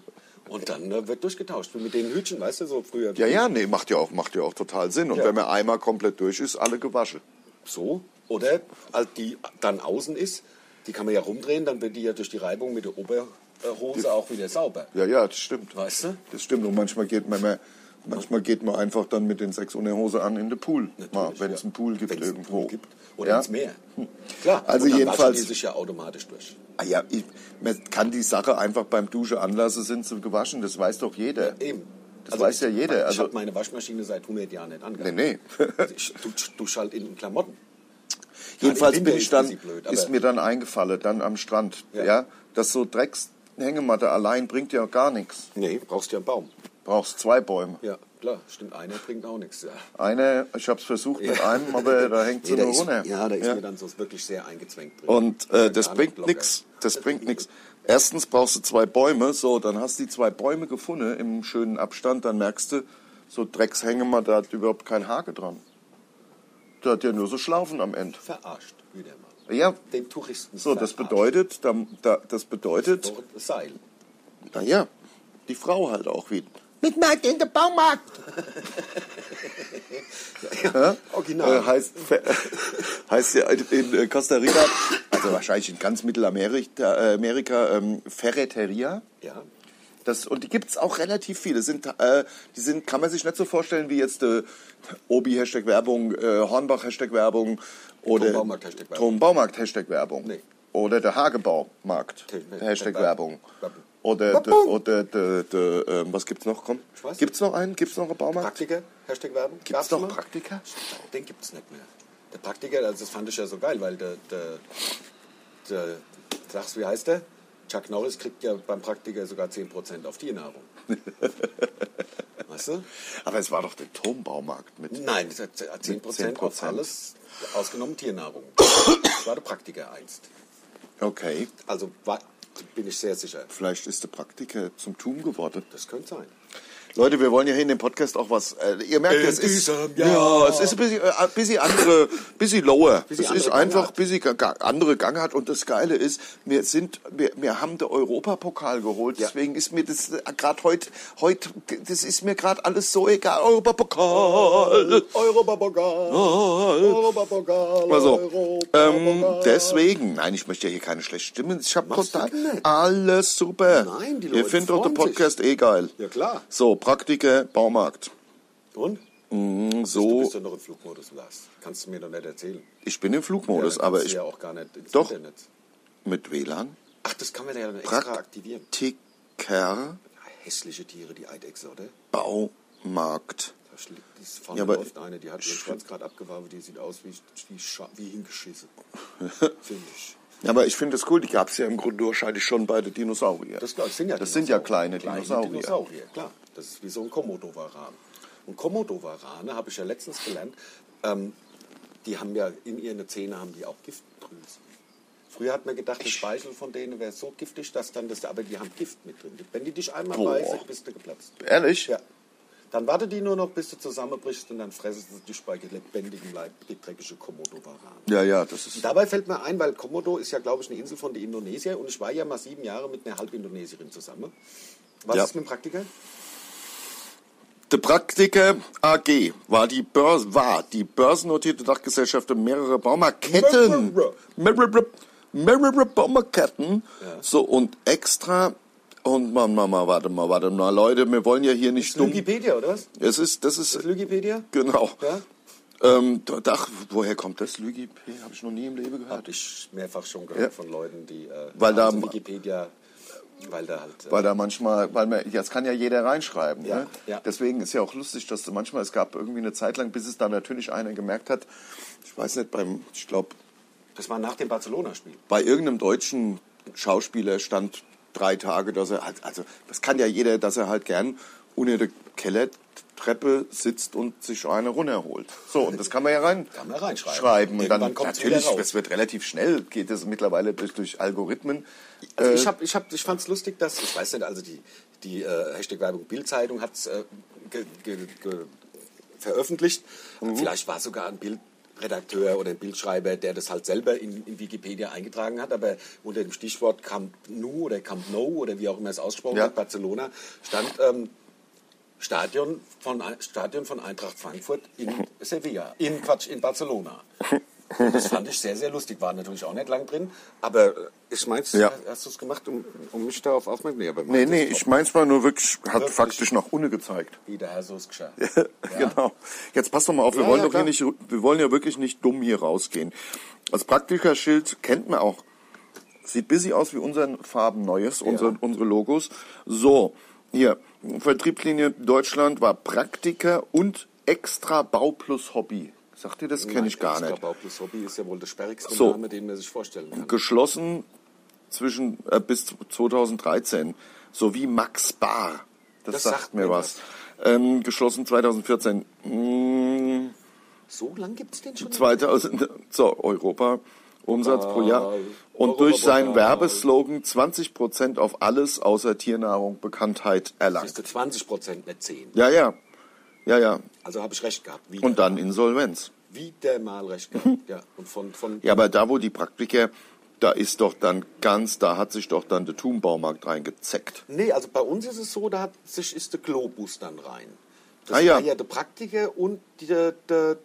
Speaker 3: Und dann äh, wird durchgetauscht. Mit den Hütchen, weißt du, so früher.
Speaker 2: Ja, ja, nee, macht ja auch, macht ja auch total Sinn. Und
Speaker 3: Ja.
Speaker 2: wenn man einmal komplett durch ist, alle gewaschen.
Speaker 3: So. Oder als die dann außen ist, die kann man ja rumdrehen, dann wird die ja durch die Reibung mit der Oberhose auch wieder sauber.
Speaker 2: Ja, ja, das stimmt.
Speaker 3: Weißt du?
Speaker 2: Das stimmt. Und manchmal geht man, immer- manchmal geht man einfach dann mit den Sex ohne Hose an in den Pool. Mal, Wenn es
Speaker 3: ja.
Speaker 2: einen Pool gibt
Speaker 3: Wenn's einen
Speaker 2: irgendwo.
Speaker 3: Pool gibt. Oder
Speaker 2: ja?
Speaker 3: ins Meer. Klar.
Speaker 2: Also
Speaker 3: und dann
Speaker 2: jedenfalls-
Speaker 3: waschen die sich ja automatisch durch.
Speaker 2: Ah, ja, ich, man kann die Sache einfach beim Dusche anlassen, sind sie gewaschen. Das weiß doch jeder.
Speaker 3: Eben.
Speaker 2: Das weiß ja jeder.
Speaker 3: Ich
Speaker 2: Also-
Speaker 3: habe meine Waschmaschine seit 100 Jahren nicht angehabt.
Speaker 2: Nee, nee.
Speaker 3: Also ich dusche dusch halt in Klamotten.
Speaker 2: Jedenfalls
Speaker 3: im
Speaker 2: bin
Speaker 3: Winter
Speaker 2: ich
Speaker 3: ist
Speaker 2: dann,
Speaker 3: sie blöd, aber-
Speaker 2: ist mir dann eingefallen, dann am Strand, ja,
Speaker 3: Ja.
Speaker 2: dass so Dreckshängematte allein bringt ja gar nichts.
Speaker 3: Nee, brauchst ja einen Baum.
Speaker 2: Brauchst zwei Bäume.
Speaker 3: Ja, klar, stimmt. Einer bringt auch nichts. Ja.
Speaker 2: Eine, ich habe es versucht mit einem,
Speaker 3: [laughs]
Speaker 2: aber da hängt sie
Speaker 3: Nee, da
Speaker 2: nur
Speaker 3: ist-
Speaker 2: runter.
Speaker 3: Ja, da ist mir dann so wirklich sehr eingezwängt drin.
Speaker 2: Und äh, das
Speaker 3: Gar nicht
Speaker 2: bringt
Speaker 3: locker.
Speaker 2: nichts. Das bringt nichts. Erstens brauchst du zwei Bäume, so, dann hast du die zwei Bäume gefunden im schönen Abstand, dann merkst du, So Dreckshängemann, da hat überhaupt kein Hake dran. Da hat ja nur so Schlaufen am Ende.
Speaker 3: Verarscht, wieder mal.
Speaker 2: Ja,
Speaker 3: Den Touristen.
Speaker 2: so, das
Speaker 3: verarscht.
Speaker 2: bedeutet, da, da, das bedeutet,
Speaker 3: Doch, das Seil.
Speaker 2: naja, die Frau halt auch wieder. Midnight in the Baumarkt.
Speaker 3: Original. Genau.
Speaker 2: Äh, heißt, fe- [laughs] heißt ja in äh, Costa Rica, also wahrscheinlich in ganz Mittelamerika, äh, Amerika, ähm, Ferreteria.
Speaker 3: ja.
Speaker 2: Das, und die gibt es auch relativ viele. Sind, äh, die sind, kann man sich nicht so vorstellen wie jetzt äh, Obi-Hashtag-Werbung, äh, Hornbach-Hashtag-Werbung oder
Speaker 3: Tom-Baumarkt-Hashtag-Werbung.
Speaker 2: Tom-Baumarkt-Hashtag-Werbung.
Speaker 3: Nee.
Speaker 2: Oder der Hagebaumarkt.
Speaker 3: Hashtag-
Speaker 2: Hashtag-Werbung.
Speaker 3: Werbung.
Speaker 2: Oder, de,
Speaker 3: Werbung.
Speaker 2: oder de, de, ähm, was gibt's noch? Komm.
Speaker 3: Ich weiß
Speaker 2: Gibt's noch einen? Gibt's noch einen Baumarkt?
Speaker 3: Praktiker, Hashtag Werbung.
Speaker 2: Gibt's
Speaker 3: Gab's
Speaker 2: noch
Speaker 3: mal?
Speaker 2: Praktika?
Speaker 3: Den gibt's nicht mehr. Der Praktiker, also das fand ich ja so geil, weil der, der, der sag's, wie heißt der? Chuck Norris kriegt ja beim Praktiker sogar 10% auf Tiernahrung. weißt du?
Speaker 2: Aber es war doch der Turmbaumarkt mit.
Speaker 3: Nein, das hat 10%, 10 auf
Speaker 2: 10%.
Speaker 3: alles, ausgenommen Tiernahrung. Das war der Praktiker einst.
Speaker 2: Okay,
Speaker 3: Also war, bin ich sehr sicher.
Speaker 2: vielleicht ist der Praktiker zum Tum geworden.
Speaker 3: Das könnte sein.
Speaker 2: Leute, wir wollen ja hier in dem Podcast auch was. Äh, ihr merkt,
Speaker 3: In
Speaker 2: es ist
Speaker 3: diesem
Speaker 2: ja,
Speaker 3: Jahr.
Speaker 2: es ist ein bisschen, äh, ein bisschen andere, bisschen lower.
Speaker 3: Bisschen
Speaker 2: es ist
Speaker 3: andere Gangart.
Speaker 2: einfach ein bisschen ga- ga- andere Gangart und das Geile ist, wir sind, wir, wir haben den Europapokal geholt.
Speaker 3: Ja.
Speaker 2: Deswegen ist mir das äh, gerade heute, heute, das ist mir gerade alles so egal. Europapokal.
Speaker 3: Europapokal. Europapokal.
Speaker 2: Also, ähm, deswegen, nein, ich möchte ja hier keine schlechten Stimmen. Ich habe
Speaker 3: Machst du
Speaker 2: total
Speaker 3: nicht.
Speaker 2: alles super.
Speaker 3: Nein, die
Speaker 2: Ihr
Speaker 3: Leute
Speaker 2: findet doch den
Speaker 3: freuen sich.
Speaker 2: Podcast eh geil.
Speaker 3: Ja, klar.
Speaker 2: So, Praktiker, Baumarkt.
Speaker 3: Und? Du
Speaker 2: So,
Speaker 3: bist doch noch im Flugmodus, Lars. Kannst du mir doch nicht erzählen.
Speaker 2: ich bin im Flugmodus,
Speaker 3: Ja, dann
Speaker 2: aber
Speaker 3: kannst
Speaker 2: ich
Speaker 3: du ja auch gar nicht ins
Speaker 2: Doch.
Speaker 3: Internet.
Speaker 2: mit WLAN.
Speaker 3: Ach, das kann man ja dann extra aktivieren.
Speaker 2: Praktiker,
Speaker 3: Hässliche Tiere, die Eidechse, oder?
Speaker 2: Baumarkt.
Speaker 3: Da schlägt die vorne
Speaker 2: Ja, aber-
Speaker 3: läuft eine, die hat ihren
Speaker 2: Sch-
Speaker 3: Schwanz gerade abgewaschen, die sieht aus wie, wie, Scha-
Speaker 2: [laughs]
Speaker 3: wie hingeschissen. Finde ich.
Speaker 2: Ja, aber ich finde das cool, die gab es ja im Grunde wahrscheinlich schon bei den Dinosauriern.
Speaker 3: Das, glaub ich, sind ja
Speaker 2: Das sind ja kleine Dinosaurier.
Speaker 3: Dinosaurier. Klar, das ist wie so ein Komodowaran. Und Komodowarane habe ich ja letztens gelernt, ähm, die haben ja in ihren Zähne haben die auch Giftdrüsen. Früher hat man gedacht, der Speichel von denen wäre so giftig, dass dann das, aber die haben Gift mit drin. Wenn die dich einmal
Speaker 2: Boah.
Speaker 3: beißen, bist du geplatzt.
Speaker 2: Ehrlich?
Speaker 3: Ja. Dann warte die nur noch, bis du zusammenbrichst und dann fressen sie dich bei lebendigem Leib, die dreckige Komodowaran.
Speaker 2: Ja, ja, das ist.
Speaker 3: Dabei fällt mir ein, weil Komodo ist ja, glaube ich, eine Insel von den Indonesier und ich war ja mal sieben Jahre mit einer Halbindonesierin zusammen. Was
Speaker 2: Ja.
Speaker 3: ist mit dem Praktiker?
Speaker 2: Die Praktiker AG war die, Börs war die börsennotierte Dachgesellschaft mehrerer Baumarktketten.
Speaker 3: Mehrere.
Speaker 2: Mehrere, mehrere Baumarktketten.
Speaker 3: Ja.
Speaker 2: So, und extra. Und man, man, man, warte mal, warte mal, Leute, wir wollen ja hier nicht dumm.
Speaker 3: Wikipedia, oder was?
Speaker 2: Es ist, das ist,
Speaker 3: Das Wikipedia?
Speaker 2: genau.
Speaker 3: Ja?
Speaker 2: Ähm, da- Dach, woher kommt das? Lügi habe ich noch nie im Leben gehört.
Speaker 3: Habe ich mehrfach schon gehört
Speaker 2: Ja.
Speaker 3: von Leuten, die äh,
Speaker 2: Weil da-
Speaker 3: aus Wikipedia, weil da halt... Äh,
Speaker 2: Weil da manchmal, weil man, jetzt kann ja jeder reinschreiben.
Speaker 3: Ja,
Speaker 2: ne?
Speaker 3: ja.
Speaker 2: Deswegen ist ja auch lustig, dass manchmal, es gab irgendwie eine Zeit lang, bis es da natürlich einer gemerkt hat, ich weiß nicht, beim, ich glaube,
Speaker 3: das war nach dem Barcelona-Spiel.
Speaker 2: bei irgendeinem deutschen Schauspieler stand drei Tage, dass er halt, also das kann ja jeder, dass er halt gern unter der Kellertreppe sitzt und sich eine runterholt. So, und das kann man ja rein
Speaker 3: [laughs] Kann man reinschreiben.
Speaker 2: schreiben. Und dann
Speaker 3: Irgendwann kommt's
Speaker 2: natürlich,
Speaker 3: wieder raus.
Speaker 2: das wird relativ schnell, geht das mittlerweile durch, durch Algorithmen.
Speaker 3: Also ich hab, ich hab, ich fand es lustig, dass, ich weiß nicht, also die, die äh, Hashtag-Werbung Bild-Zeitung hat es äh, ge, ge, ge, veröffentlicht. Vielleicht war sogar ein Bildredakteur oder ein Bildschreiber, der das halt selber in, in Wikipedia eingetragen hat, aber unter dem Stichwort Camp Nou oder Camp No oder wie auch immer es ausgesprochen
Speaker 2: Ja.
Speaker 3: wird, Barcelona, stand ähm, Stadion, von, Ein- Stadion von Eintracht Frankfurt in Sevilla, in Quatsch, in Barcelona. Das fand ich sehr, sehr lustig. War natürlich auch nicht lang drin, aber äh, ich mein's,
Speaker 2: Ja.
Speaker 3: hast du es gemacht, um, um mich darauf aufmerksam zu machen?
Speaker 2: Nee, nee, ich mein's mal nur wirklich, hat
Speaker 3: Wirklich?
Speaker 2: faktisch nach ohne gezeigt.
Speaker 3: Wie der Herr so
Speaker 2: [laughs]
Speaker 3: es geschah.
Speaker 2: Genau. Jetzt passt doch mal auf, wir
Speaker 3: Ja,
Speaker 2: wollen
Speaker 3: ja,
Speaker 2: doch hier
Speaker 3: klar.
Speaker 2: nicht, wir wollen ja wirklich nicht dumm hier rausgehen. Das Praktikerschild kennt man auch. Sieht busy aus wie unseren Farben Neues, unsere, unsere Logos. So, hier, Vertriebslinie Deutschland war Praktiker und extra Bau plus Hobby. Sagt ihr, das kenne ich gar nicht.
Speaker 3: Plus Hobby ist ja wohl der sperrigste
Speaker 2: So.
Speaker 3: Name, den man sich vorstellen kann.
Speaker 2: Geschlossen zwischen, äh, bis 2013, sowie Max Bar. Das,
Speaker 3: Das
Speaker 2: sagt,
Speaker 3: sagt
Speaker 2: mir
Speaker 3: mir
Speaker 2: was. Ähm, geschlossen 2014. Hm,
Speaker 3: So lange gibt's den schon?
Speaker 2: 2000, so, Europa, Umsatz pro Jahr. Und
Speaker 3: Ah, Europa,
Speaker 2: durch seinen
Speaker 3: Europa.
Speaker 2: Werbeslogan 20% auf alles außer Tiernahrung Bekanntheit
Speaker 3: Das
Speaker 2: erlangt.
Speaker 3: ist 20 Prozent, nicht 10.
Speaker 2: Ja, ja. Ja, ja.
Speaker 3: Also habe ich recht gehabt. Wieder,
Speaker 2: Und dann Insolvenz.
Speaker 3: wieder mal recht gehabt. ja. Und von, von
Speaker 2: Ja, aber da, wo die Praktiker, da ist doch dann ganz, da hat sich doch dann der Thumbaumarkt reingezeckt.
Speaker 3: Nee, also bei uns ist es so, da hat sich ist der Globus dann rein. Das
Speaker 2: Ah, ja.
Speaker 3: war ja der Praktiker und die- der, der,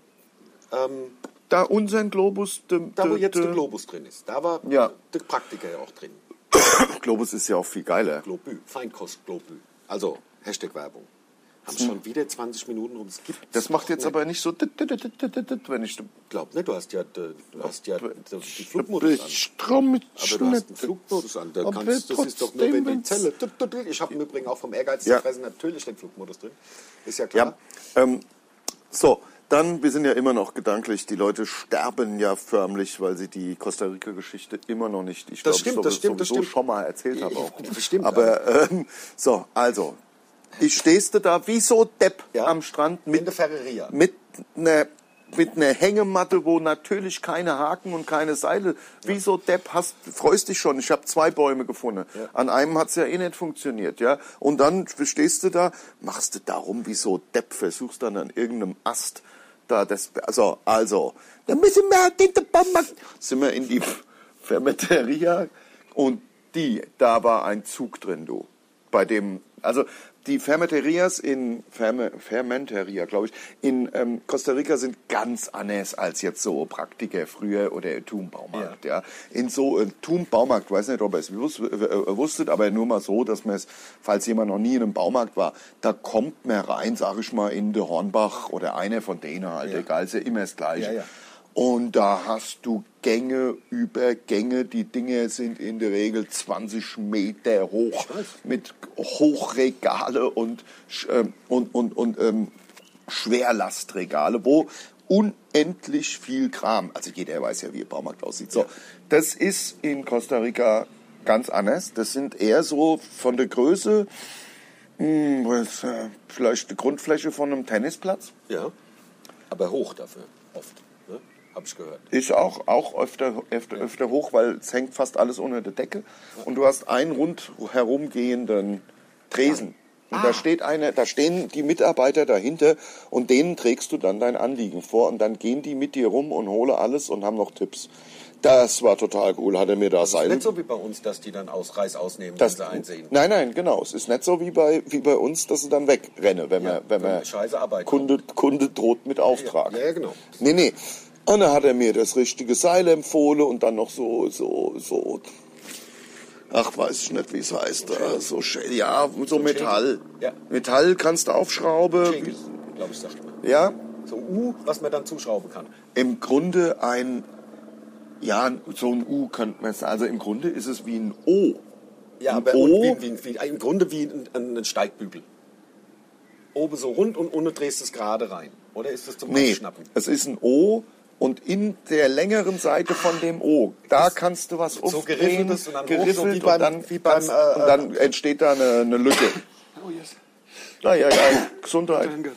Speaker 3: ähm,
Speaker 2: Da unseren Globus, dem-
Speaker 3: da wo
Speaker 2: de-
Speaker 3: jetzt
Speaker 2: de-
Speaker 3: der Globus drin ist. Da war
Speaker 2: Ja.
Speaker 3: der Praktiker ja auch drin.
Speaker 2: Globus ist ja auch viel geiler.
Speaker 3: Globü, Feinkost Globü. Also, Hashtag Werbung. Haben schon wieder 20 Minuten rum. Das, gibt's
Speaker 2: Hm. Das macht
Speaker 3: doch
Speaker 2: jetzt
Speaker 3: nicht.
Speaker 2: aber nicht so, dit, dit, dit, dit, dit, dit, wenn ich
Speaker 3: Glaub nicht, du hast ja, de, du hast ja de, die Flugmodus an.
Speaker 2: Strom mit
Speaker 3: Aber du hast einen Flugmodus an. Da
Speaker 2: Aber
Speaker 3: kannst, das ist doch nur, wenn die
Speaker 2: trotzdem,
Speaker 3: Zelle. tut, tut, tut. Ich habe im Übrigen auch vom Ehrgeiz
Speaker 2: Ja.
Speaker 3: ja. natürlich den Flugmodus drin. Ist ja
Speaker 2: Ja,
Speaker 3: klar.
Speaker 2: ähm, so, dann, wir sind ja immer noch gedanklich, die Leute sterben ja förmlich, weil sie die Costa Rica-Geschichte immer noch nicht, ich glaube,
Speaker 3: Das
Speaker 2: ich
Speaker 3: stimmt,
Speaker 2: so,
Speaker 3: das stimmt, das
Speaker 2: sowieso
Speaker 3: stimmt.
Speaker 2: schon mal erzählt habe auch.
Speaker 3: Das stimmt,
Speaker 2: Aber ähm, so, also, ich stehste da wie so Depp
Speaker 3: Ja.
Speaker 2: am Strand
Speaker 3: In
Speaker 2: mit,
Speaker 3: der Ferreria.
Speaker 2: mit einer mit einer Hängematte, wo natürlich keine Haken und keine Seile. Wie so Depp hast, freust dich schon. Ich habe zwei Bäume gefunden. An einem hat's ja eh nicht funktioniert, ja. Und dann stehst du da, machst du darum wie so Depp, versuchst dann an irgendeinem Ast da das. Also, also, da müssen wir halt den Baum machen. Sind wir in die Fermenteria und die, da war ein Zug drin, du bei dem, also die Fermenterias in, Ferme, Fermenteria, glaube ich, in ähm, Costa Rica sind ganz anders als jetzt so Praktiker früher oder im Thumbaumarkt. Ja. In so äh, Thumbaumarkt, weiß nicht, ob ihr es wus äh, äh, wusstet, aber nur mal so, dass man es, falls jemand noch nie in einem Baumarkt war, da kommt man rein, sag ich mal, in de Hornbach oder einer von denen halt, egal, ist ja immer das Gleiche.
Speaker 3: Ja, ja.
Speaker 2: Und da hast du Gänge über Gänge. Die Dinge sind in der Regel 20 Meter hoch mit Hochregale und, sch- ähm, und, und, und ähm, Schwerlastregale, wo unendlich viel Kram, also jeder weiß ja, wie ihr Baumarkt aussieht. So, das ist in Costa Rica ganz anders. Das sind eher so von der Größe, hm, was, äh, vielleicht die Grundfläche von einem Tennisplatz.
Speaker 3: Ja. Aber hoch dafür, oft. Ne? Habe ich gehört.
Speaker 2: Ist auch, auch öfter, öfter, öfter hoch, weil es hängt fast alles unter der Decke. Und du hast einen rund herumgehenden Tresen. Und da steht eine, da stehen die Mitarbeiter dahinter und denen trägst du dann dein Anliegen vor und dann gehen die mit dir rum und hole alles und haben noch Tipps. Das war total cool, hat er mir da
Speaker 3: Ist
Speaker 2: sein.
Speaker 3: nicht so wie bei uns, dass die dann aus Reis ausnehmen,
Speaker 2: Das,
Speaker 3: wenn sie einsehen.
Speaker 2: nein, nein, genau. Es ist nicht so wie bei, wie bei uns, dass ich dann wegrenne, wenn man, wenn
Speaker 3: wenn
Speaker 2: man
Speaker 3: man scheiße Arbeit
Speaker 2: Kunde, Kunde droht mit Auftrag.
Speaker 3: Ja, ja, genau.
Speaker 2: Nee, nee. Und dann hat er mir das richtige Seil empfohlen und dann noch so, so, so. Ach, weiß ich nicht, wie es heißt. Äh, So, Schä- ja, so Metall.
Speaker 3: Ja.
Speaker 2: Metall kannst du aufschrauben.
Speaker 3: Schinkel, glaube ich, sagt man.
Speaker 2: Ja,
Speaker 3: So U, was man dann zuschrauben kann.
Speaker 2: im Grunde ein, ja, so ein U könnte man es, also im Grunde ist es wie ein O.
Speaker 3: Ja,
Speaker 2: Ein
Speaker 3: aber
Speaker 2: O?
Speaker 3: und wie, wie, wie, im Grunde wie ein, ein, ein Steigbügel. Oben so rund und unten drehst du es gerade rein. Oder ist das zum
Speaker 2: Nee,
Speaker 3: Abschnappen?
Speaker 2: es ist ein O und in der längeren Seite von dem O, da kannst du was
Speaker 3: so
Speaker 2: aufdrehen,
Speaker 3: geriffeltes und dann hoch, so
Speaker 2: geriffelt
Speaker 3: wie beim-
Speaker 2: und dann,
Speaker 3: wie beim,
Speaker 2: kannst-
Speaker 3: äh,
Speaker 2: und dann entsteht da eine, eine Lücke.
Speaker 1: Oh, yes.
Speaker 2: Ja, ja, ja, Gesundheit.
Speaker 1: Danke.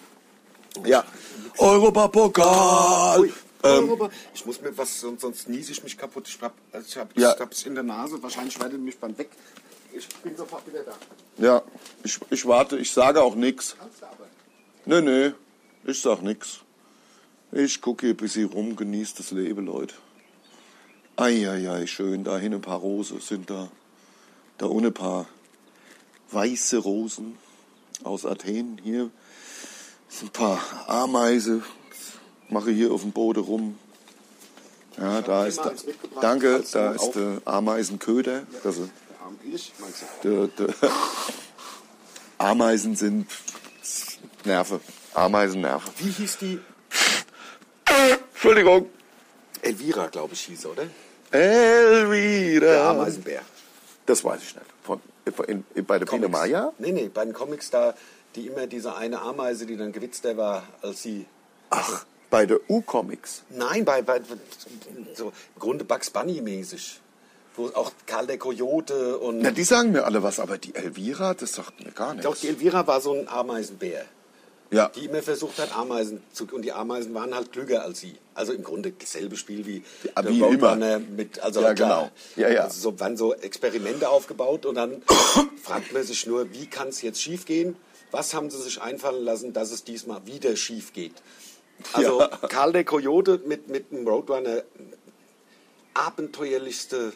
Speaker 3: Oh,
Speaker 2: Ja. Ähm. Europapokal!
Speaker 3: Europa. ich muss mir was, sonst, sonst niese ich mich kaputt. Ich hab, ich hab,
Speaker 2: Ja.
Speaker 3: ich hab's in der Nase. Wahrscheinlich werdet ihr mich beim Weg. Ich bin sofort wieder da.
Speaker 2: Ja, ich, ich warte, ich sage auch nichts.
Speaker 3: Kannst du aber.
Speaker 2: Nee, nee, ich sag nix. Ich gucke hier ein bisschen rum, genieß das Leben, Leute. Eieiei, schön, da hin ein paar Rosen sind da. Da ohne paar weiße Rosen aus Athen. Hier sind ein paar Ameise. Mache hier auf dem Boden rum. Ja, da
Speaker 3: dir
Speaker 2: ist
Speaker 3: mal
Speaker 2: da,
Speaker 3: eins mitgebracht,
Speaker 2: danke,
Speaker 3: falls du
Speaker 2: da
Speaker 3: mal
Speaker 2: ist
Speaker 3: auf-
Speaker 2: der Ameisenköder. Also,
Speaker 3: Der Arm ich, meinst du?
Speaker 2: der, der Ameisen sind Nerve. Ameisen Nerve.
Speaker 3: Wie hieß die?
Speaker 2: Entschuldigung.
Speaker 3: Elvira, glaube ich, hieß, sie, oder? Der
Speaker 2: Elvira.
Speaker 3: Ameisenbär.
Speaker 2: Das weiß ich nicht. Von, in, in, bei der Pina Maya?
Speaker 3: Nee, nee, bei den Comics da, die immer diese eine Ameise, die dann gewitzter war, als sie.
Speaker 2: Ach, bei der U-Comics.
Speaker 3: Nein, bei, bei so im Grunde Bugs Bunny-mäßig. Wo auch Karl der Kojote und.
Speaker 2: Na, die sagen mir alle was, aber die Elvira, das sagt mir gar
Speaker 3: Doch,
Speaker 2: nichts.
Speaker 3: die Elvira war so ein Ameisenbär,
Speaker 2: Ja.
Speaker 3: die immer versucht hat, Ameisen zu. Und die Ameisen waren halt klüger als sie. Also im Grunde dasselbe Spiel wie
Speaker 2: Ja, wie
Speaker 3: Roadrunner mit. Also
Speaker 2: Ja,
Speaker 3: klar.
Speaker 2: genau. Ja, ja. [coughs]
Speaker 3: Also so, waren so Experimente aufgebaut und dann fragt man sich nur, wie kann es jetzt schief gehen? Was haben sie sich einfallen lassen, dass es diesmal wieder schief geht? Also [laughs] Karl der Coyote mit, mit einem Roadrunner abenteuerlichste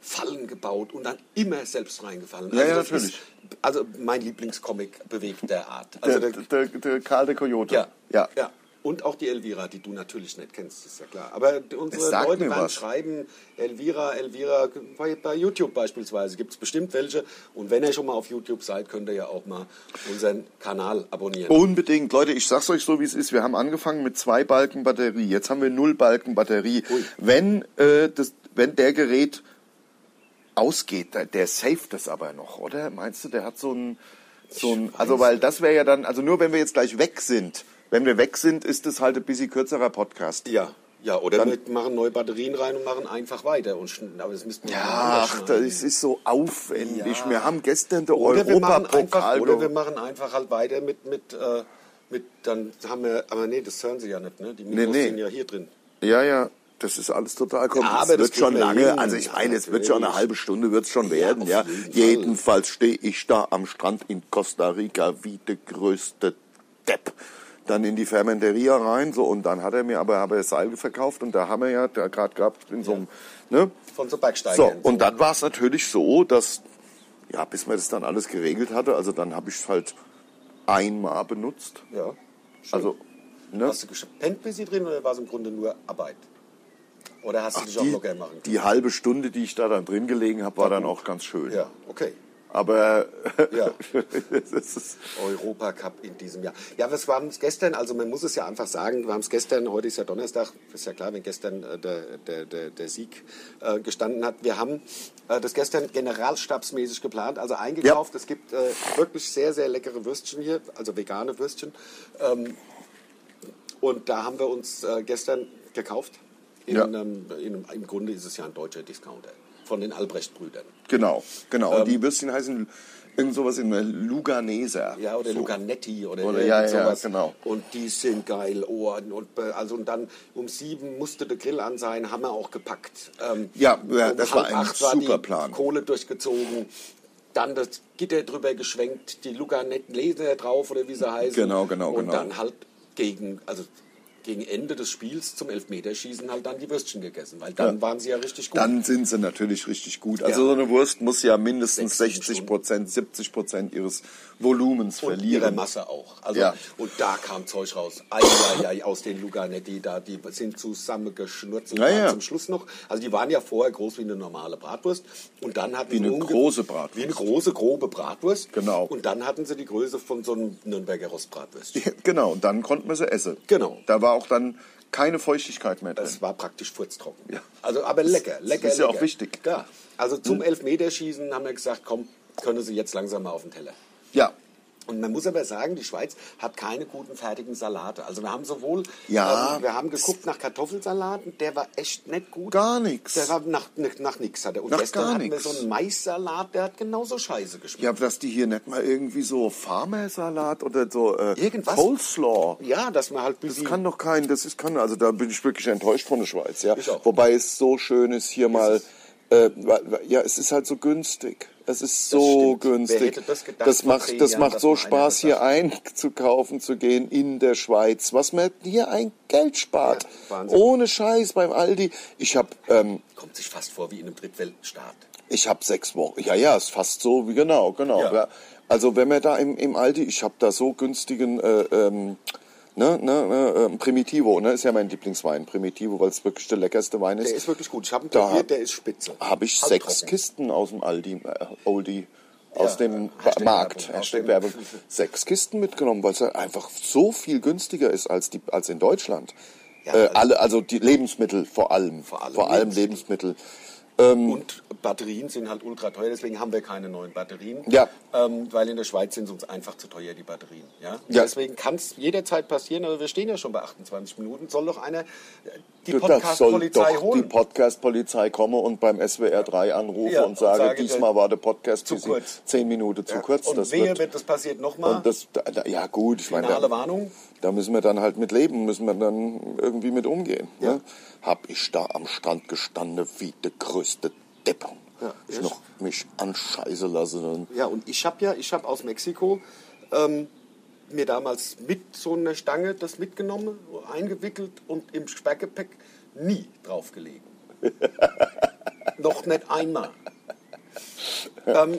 Speaker 3: Fallen gebaut und dann immer selbst reingefallen.
Speaker 2: Ja, ja,
Speaker 3: das
Speaker 2: natürlich.
Speaker 3: Ist, also mein Lieblingscomic bewegt der Art. Also
Speaker 2: der,
Speaker 3: der,
Speaker 2: der, der Karl der Coyote.
Speaker 3: ja,
Speaker 2: ja.
Speaker 3: ja. Und auch die Elvira, die du natürlich nicht kennst, ist ja klar. Aber d- unsere
Speaker 2: Es sagt
Speaker 3: Leute
Speaker 2: mir
Speaker 3: werden
Speaker 2: was.
Speaker 3: schreiben, Elvira, Elvira, bei, bei YouTube beispielsweise gibt es bestimmt welche. Und wenn ihr schon mal auf YouTube seid, könnt ihr ja auch mal unseren Kanal abonnieren.
Speaker 2: Oh. Unbedingt, Leute, ich sag's euch so, wie es ist. Wir haben angefangen mit zwei Balken Batterie, jetzt haben wir null Balken Batterie.
Speaker 3: Ui.
Speaker 2: Wenn, äh, das, wenn der Gerät ausgeht, der, der saved das aber noch, oder? Meinst du, der hat so ein, so ein also weil das wäre ja dann, also nur wenn wir jetzt gleich weg sind, wenn wir weg sind, ist es halt ein bisschen kürzerer Podcast.
Speaker 3: Ja, ja oder
Speaker 2: Dann-
Speaker 3: wir machen neue Batterien rein und machen einfach weiter. Und schn- aber das müssten wir
Speaker 2: Ja,
Speaker 3: anders
Speaker 2: ach,
Speaker 3: schneiden.
Speaker 2: das ist so aufwendig.
Speaker 3: Ja.
Speaker 2: Wir haben gestern der
Speaker 3: Oder wir, machen einfach,
Speaker 2: Europapokal.
Speaker 3: oder wir machen einfach halt weiter mit, mit, äh, mit, dann haben wir, aber nee, das hören sie ja nicht, ne? Die Mikros
Speaker 2: nee.
Speaker 3: sind ja hier drin.
Speaker 2: Ja, ja, das ist alles total komplex.
Speaker 3: Ja, aber
Speaker 2: das
Speaker 3: das
Speaker 2: wird
Speaker 3: kriegen
Speaker 2: schon
Speaker 3: wir
Speaker 2: lange,
Speaker 3: hin.
Speaker 2: also ich meine,
Speaker 3: Ja,
Speaker 2: es wird schon eine
Speaker 3: natürlich.
Speaker 2: halbe Stunde wird's schon werden,
Speaker 3: auf
Speaker 2: ja.
Speaker 3: jeden Fall.
Speaker 2: Jedenfalls stehe ich da am Strand in Costa Rica wie der größte Depp. Dann in die Fermenteria rein, so, und dann hat er mir aber, aber Seil verkauft und da haben wir ja, da gerade gehabt, in so einem, ne?
Speaker 3: Von so Backsteigern.
Speaker 2: So, und dann war es natürlich so, dass, ja, bis man das dann alles geregelt hatte, also dann habe ich es halt einmal benutzt.
Speaker 3: Ja. Schön.
Speaker 2: Also, ne?
Speaker 3: Hast du gepennt bis hier drin oder war es im Grunde nur Arbeit? Oder hast du dich auch
Speaker 2: die,
Speaker 3: locker machen können?
Speaker 2: die halbe Stunde, die ich da dann drin gelegen habe, war dann auch ganz schön.
Speaker 3: Ja, okay.
Speaker 2: Aber [laughs]
Speaker 3: Ja.
Speaker 2: es ist,
Speaker 3: Europacup in diesem Jahr. Ja, wir haben es gestern, also man muss es ja einfach sagen, wir haben es gestern, heute ist ja Donnerstag, ist ja klar, wenn gestern äh, der, der, der, der Sieg äh, gestanden hat. Wir haben äh, das gestern generalstabsmäßig geplant, also eingekauft. Es gibt äh, wirklich sehr, sehr leckere Würstchen hier, also vegane Würstchen. Ähm, und da haben wir uns äh, gestern gekauft. In
Speaker 2: Ja.
Speaker 3: einem, in einem, Im Grunde ist es ja ein deutscher Discounter von den Albrecht-Brüdern.
Speaker 2: genau, genau. Und
Speaker 3: Ähm.
Speaker 2: die Würstchen heißen irgend sowas in Luganeser.
Speaker 3: Ja, oder
Speaker 2: so.
Speaker 3: Lucanetti oder,
Speaker 2: Oder-
Speaker 3: oder
Speaker 2: ja, ja,
Speaker 3: sowas.
Speaker 2: genau.
Speaker 3: Und die sind geil. Oh, und, und, äh, also, und dann um sieben musste der Grill an sein, haben wir auch gepackt. Ähm,
Speaker 2: Ja, ja, das war ein
Speaker 3: halb acht
Speaker 2: super
Speaker 3: die
Speaker 2: Plan.
Speaker 3: Kohle durchgezogen, dann das Gitter drüber geschwenkt, die Lucanetten Laser drauf oder wie sie heißen.
Speaker 2: Genau, genau,
Speaker 3: Und
Speaker 2: genau.
Speaker 3: dann halt gegen, also gegen Ende des Spiels zum Elfmeterschießen halt dann die Würstchen gegessen, weil dann
Speaker 2: Ja.
Speaker 3: waren sie ja richtig gut.
Speaker 2: Dann sind sie natürlich richtig gut. Also
Speaker 3: Ja.
Speaker 2: so eine Wurst muss ja mindestens
Speaker 3: Sechs, sieben
Speaker 2: 60 Prozent, 70 Prozent ihres Volumens
Speaker 3: und ihrer
Speaker 2: verlieren.
Speaker 3: Masse auch. Also,
Speaker 2: Ja.
Speaker 3: Und da kam Zeug raus. Eieiei, aus den Luganetti da, die sind zusammengeschnurzelt
Speaker 2: Ja,
Speaker 3: waren
Speaker 2: ja.
Speaker 3: zum Schluss noch. Also die waren ja vorher groß wie eine normale Bratwurst. Und dann hatten
Speaker 2: Wie
Speaker 3: sie
Speaker 2: eine
Speaker 3: umge-
Speaker 2: große Bratwurst.
Speaker 3: Wie eine große, grobe Bratwurst.
Speaker 2: Genau.
Speaker 3: Und dann hatten sie die Größe von so einem Nürnberger Rostbratwürstchen.
Speaker 2: Genau, und dann konnten wir sie essen.
Speaker 3: Genau.
Speaker 2: Da war auch dann keine Feuchtigkeit mehr drin.
Speaker 3: Es war praktisch furztrocken.
Speaker 2: Ja.
Speaker 3: Also, aber lecker, lecker.
Speaker 2: ist ja auch
Speaker 3: lecker.
Speaker 2: wichtig. Hm.
Speaker 3: Klar. Also zum Elfmeterschießen haben wir gesagt, komm, können sie jetzt langsam mal auf den Teller.
Speaker 2: Ja,
Speaker 3: Und man muss aber sagen, die Schweiz hat keine guten fertigen Salate. Also wir haben sowohl,
Speaker 2: Ja.
Speaker 3: ähm, wir haben geguckt nach Kartoffelsalaten, der war echt nicht gut.
Speaker 2: Gar nix.
Speaker 3: Der war nach, nach, nach nix hat er. Und
Speaker 2: Nach
Speaker 3: gestern
Speaker 2: gar
Speaker 3: hatten wir
Speaker 2: nix.
Speaker 3: so einen Mais-Salat, der hat genauso scheiße geschmeckt.
Speaker 2: Ja, dass die hier nicht mal irgendwie so Farmersalat oder so äh,
Speaker 3: Irgendwas?
Speaker 2: Coleslaw.
Speaker 3: Ja, dass man halt
Speaker 2: Das kann doch kein, das ist kann, also da bin ich wirklich enttäuscht von der Schweiz, ja.
Speaker 3: Ich auch.
Speaker 2: Wobei es so schön ist hier mal, äh, wa- wa- ja, es ist halt so günstig. Es ist so
Speaker 3: stimmt. Wer
Speaker 2: günstig.
Speaker 3: hätte das gedacht vor
Speaker 2: macht,
Speaker 3: zehn
Speaker 2: das
Speaker 3: Jahren,
Speaker 2: macht
Speaker 3: dass
Speaker 2: so
Speaker 3: mal einer
Speaker 2: Spaß,
Speaker 3: das
Speaker 2: hier einzukaufen zu gehen in der Schweiz. Was man hier ein Geld spart.
Speaker 3: Ja, Wahnsinn.
Speaker 2: Ohne Scheiß beim Aldi. Ich habe ähm,
Speaker 3: kommt sich fast vor wie in einem Drittweltstaat.
Speaker 2: ich habe sechs Wochen. Ja, ja, ist fast so wie genau, genau.
Speaker 3: Ja.
Speaker 2: Ja. Also wenn man da im, im Aldi, ich habe da so günstigen äh, ähm, ne, ne, ne, ähm, Primitivo, ne, ist ja mein Lieblingswein, Primitivo, weil es wirklich der leckerste Wein
Speaker 3: Der
Speaker 2: ist.
Speaker 3: ist wirklich gut. Ich habe ihn
Speaker 2: Da-
Speaker 3: probiert, der ist spitze.
Speaker 2: Habe ich
Speaker 3: Halbtrocken.
Speaker 2: sechs Kisten aus dem Aldi, äh, Oldie, aus
Speaker 3: Ja,
Speaker 2: dem
Speaker 3: äh, Hashtag
Speaker 2: Markt, Hashtag
Speaker 3: Werbung, aus dem-
Speaker 2: Werbung, sechs Kisten mitgenommen, weil es halt einfach so viel günstiger ist als die als in Deutschland.
Speaker 3: Ja,
Speaker 2: äh,
Speaker 3: also-
Speaker 2: alle, also die Lebensmittel vor allem,
Speaker 3: Vor allem
Speaker 2: vor allem Lebensmittel. Ähm,
Speaker 3: Und Batterien sind halt ultra teuer, deswegen haben wir keine neuen Batterien.
Speaker 2: Ja.
Speaker 3: Ähm, weil in der Schweiz sind es uns einfach zu teuer, die Batterien. Ja?
Speaker 2: Ja.
Speaker 3: Deswegen kann es jederzeit passieren, aber wir stehen ja schon bei 28 Minuten. Soll doch einer äh, die
Speaker 2: Das soll
Speaker 3: Podcast-Polizei
Speaker 2: doch die
Speaker 3: holen?
Speaker 2: Podcast-Polizei komme und beim SWR 3 anrufe
Speaker 3: Ja,
Speaker 2: und, sage,
Speaker 3: und sage,
Speaker 2: diesmal war der Podcast
Speaker 3: zu
Speaker 2: für Sie
Speaker 3: kurz.
Speaker 2: zehn Minuten zu kurz.
Speaker 3: Und
Speaker 2: das
Speaker 3: wehe,
Speaker 2: wird,
Speaker 3: wird, das passiert nochmal.
Speaker 2: und das, da, da, ja gut, ich meine,
Speaker 3: Finale
Speaker 2: da,
Speaker 3: Warnung.
Speaker 2: da müssen wir dann halt mit leben, müssen wir dann irgendwie mit umgehen. Ne? Hab ich da am Strand gestanden wie der größte Depp.
Speaker 3: Ja,
Speaker 2: ich
Speaker 3: ist-
Speaker 2: noch mich anscheiße lassen.
Speaker 3: Ja, und ich habe ja, ich habe aus Mexiko ähm, mir damals mit so einer Stange das mitgenommen, eingewickelt und im Sperrgepäck nie draufgelegt.
Speaker 2: [laughs]
Speaker 3: Noch nicht einmal. ähm,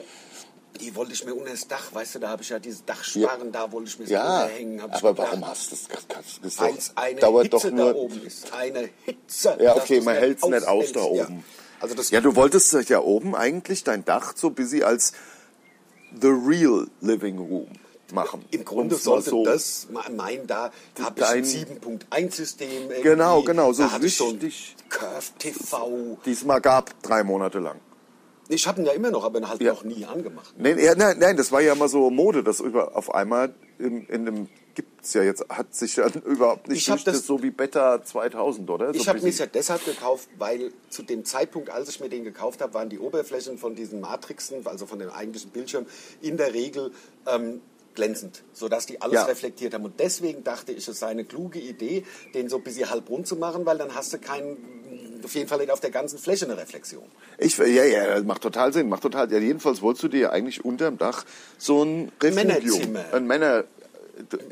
Speaker 3: die wollte ich mir unter das Dach, weißt du, da habe ich ja diese Dachsparren, da wollte ich mir
Speaker 2: Ja,
Speaker 3: hängen.
Speaker 2: aber warum hast du das- das das- das-
Speaker 3: Weil es
Speaker 2: das-
Speaker 3: eine
Speaker 2: Dauert
Speaker 3: Hitze
Speaker 2: doch nur.
Speaker 3: da oben ist. Eine Hitze.
Speaker 2: Ja,
Speaker 3: dass
Speaker 2: okay,
Speaker 3: du's
Speaker 2: man hält's nicht aus da
Speaker 3: aushältst,
Speaker 2: oben.
Speaker 3: Ja. Also das
Speaker 2: Ja, du wolltest doch ja oben eigentlich dein Dach so busy als the real living room machen.
Speaker 3: Im Grunde
Speaker 2: Um's mal
Speaker 3: sollte das, mein, da habe ich ein
Speaker 2: Dein-
Speaker 3: 7.1-System.
Speaker 2: Genau, genau, so
Speaker 3: da hab ich so ein
Speaker 2: richtig.
Speaker 3: Curve TV.
Speaker 2: diesmal gab drei Monate lang.
Speaker 3: Ich habe ihn ja immer noch, aber ihn halt
Speaker 2: Ja.
Speaker 3: noch nie angemacht.
Speaker 2: Nein, ja, nein, nein, das war ja mal so Mode, dass über auf einmal in, in dem gibt's ja jetzt hat sich ja [laughs] überhaupt nicht
Speaker 3: Ich hab
Speaker 2: durch das,
Speaker 3: das-
Speaker 2: so wie Beta 2000, oder?
Speaker 3: Ich
Speaker 2: so
Speaker 3: habe mir ja deshalb gekauft, weil zu dem Zeitpunkt, als ich mir den gekauft habe, waren die Oberflächen von diesen Matrixen, also von dem eigentlichen Bildschirm, in der Regel ähm, glänzend, sodass die alles
Speaker 2: Ja.
Speaker 3: reflektiert haben. Und deswegen dachte ich, es sei eine kluge Idee, den so ein bisschen halbrund zu machen, weil dann hast du keinen, auf jeden Fall nicht auf der ganzen Fläche eine Reflexion.
Speaker 2: ich ja ja, macht total Sinn, macht total. Ja, jedenfalls wolltest du dir ja eigentlich unterm Dach so ein Refugium,
Speaker 3: Männerzimmer.
Speaker 2: ein Männer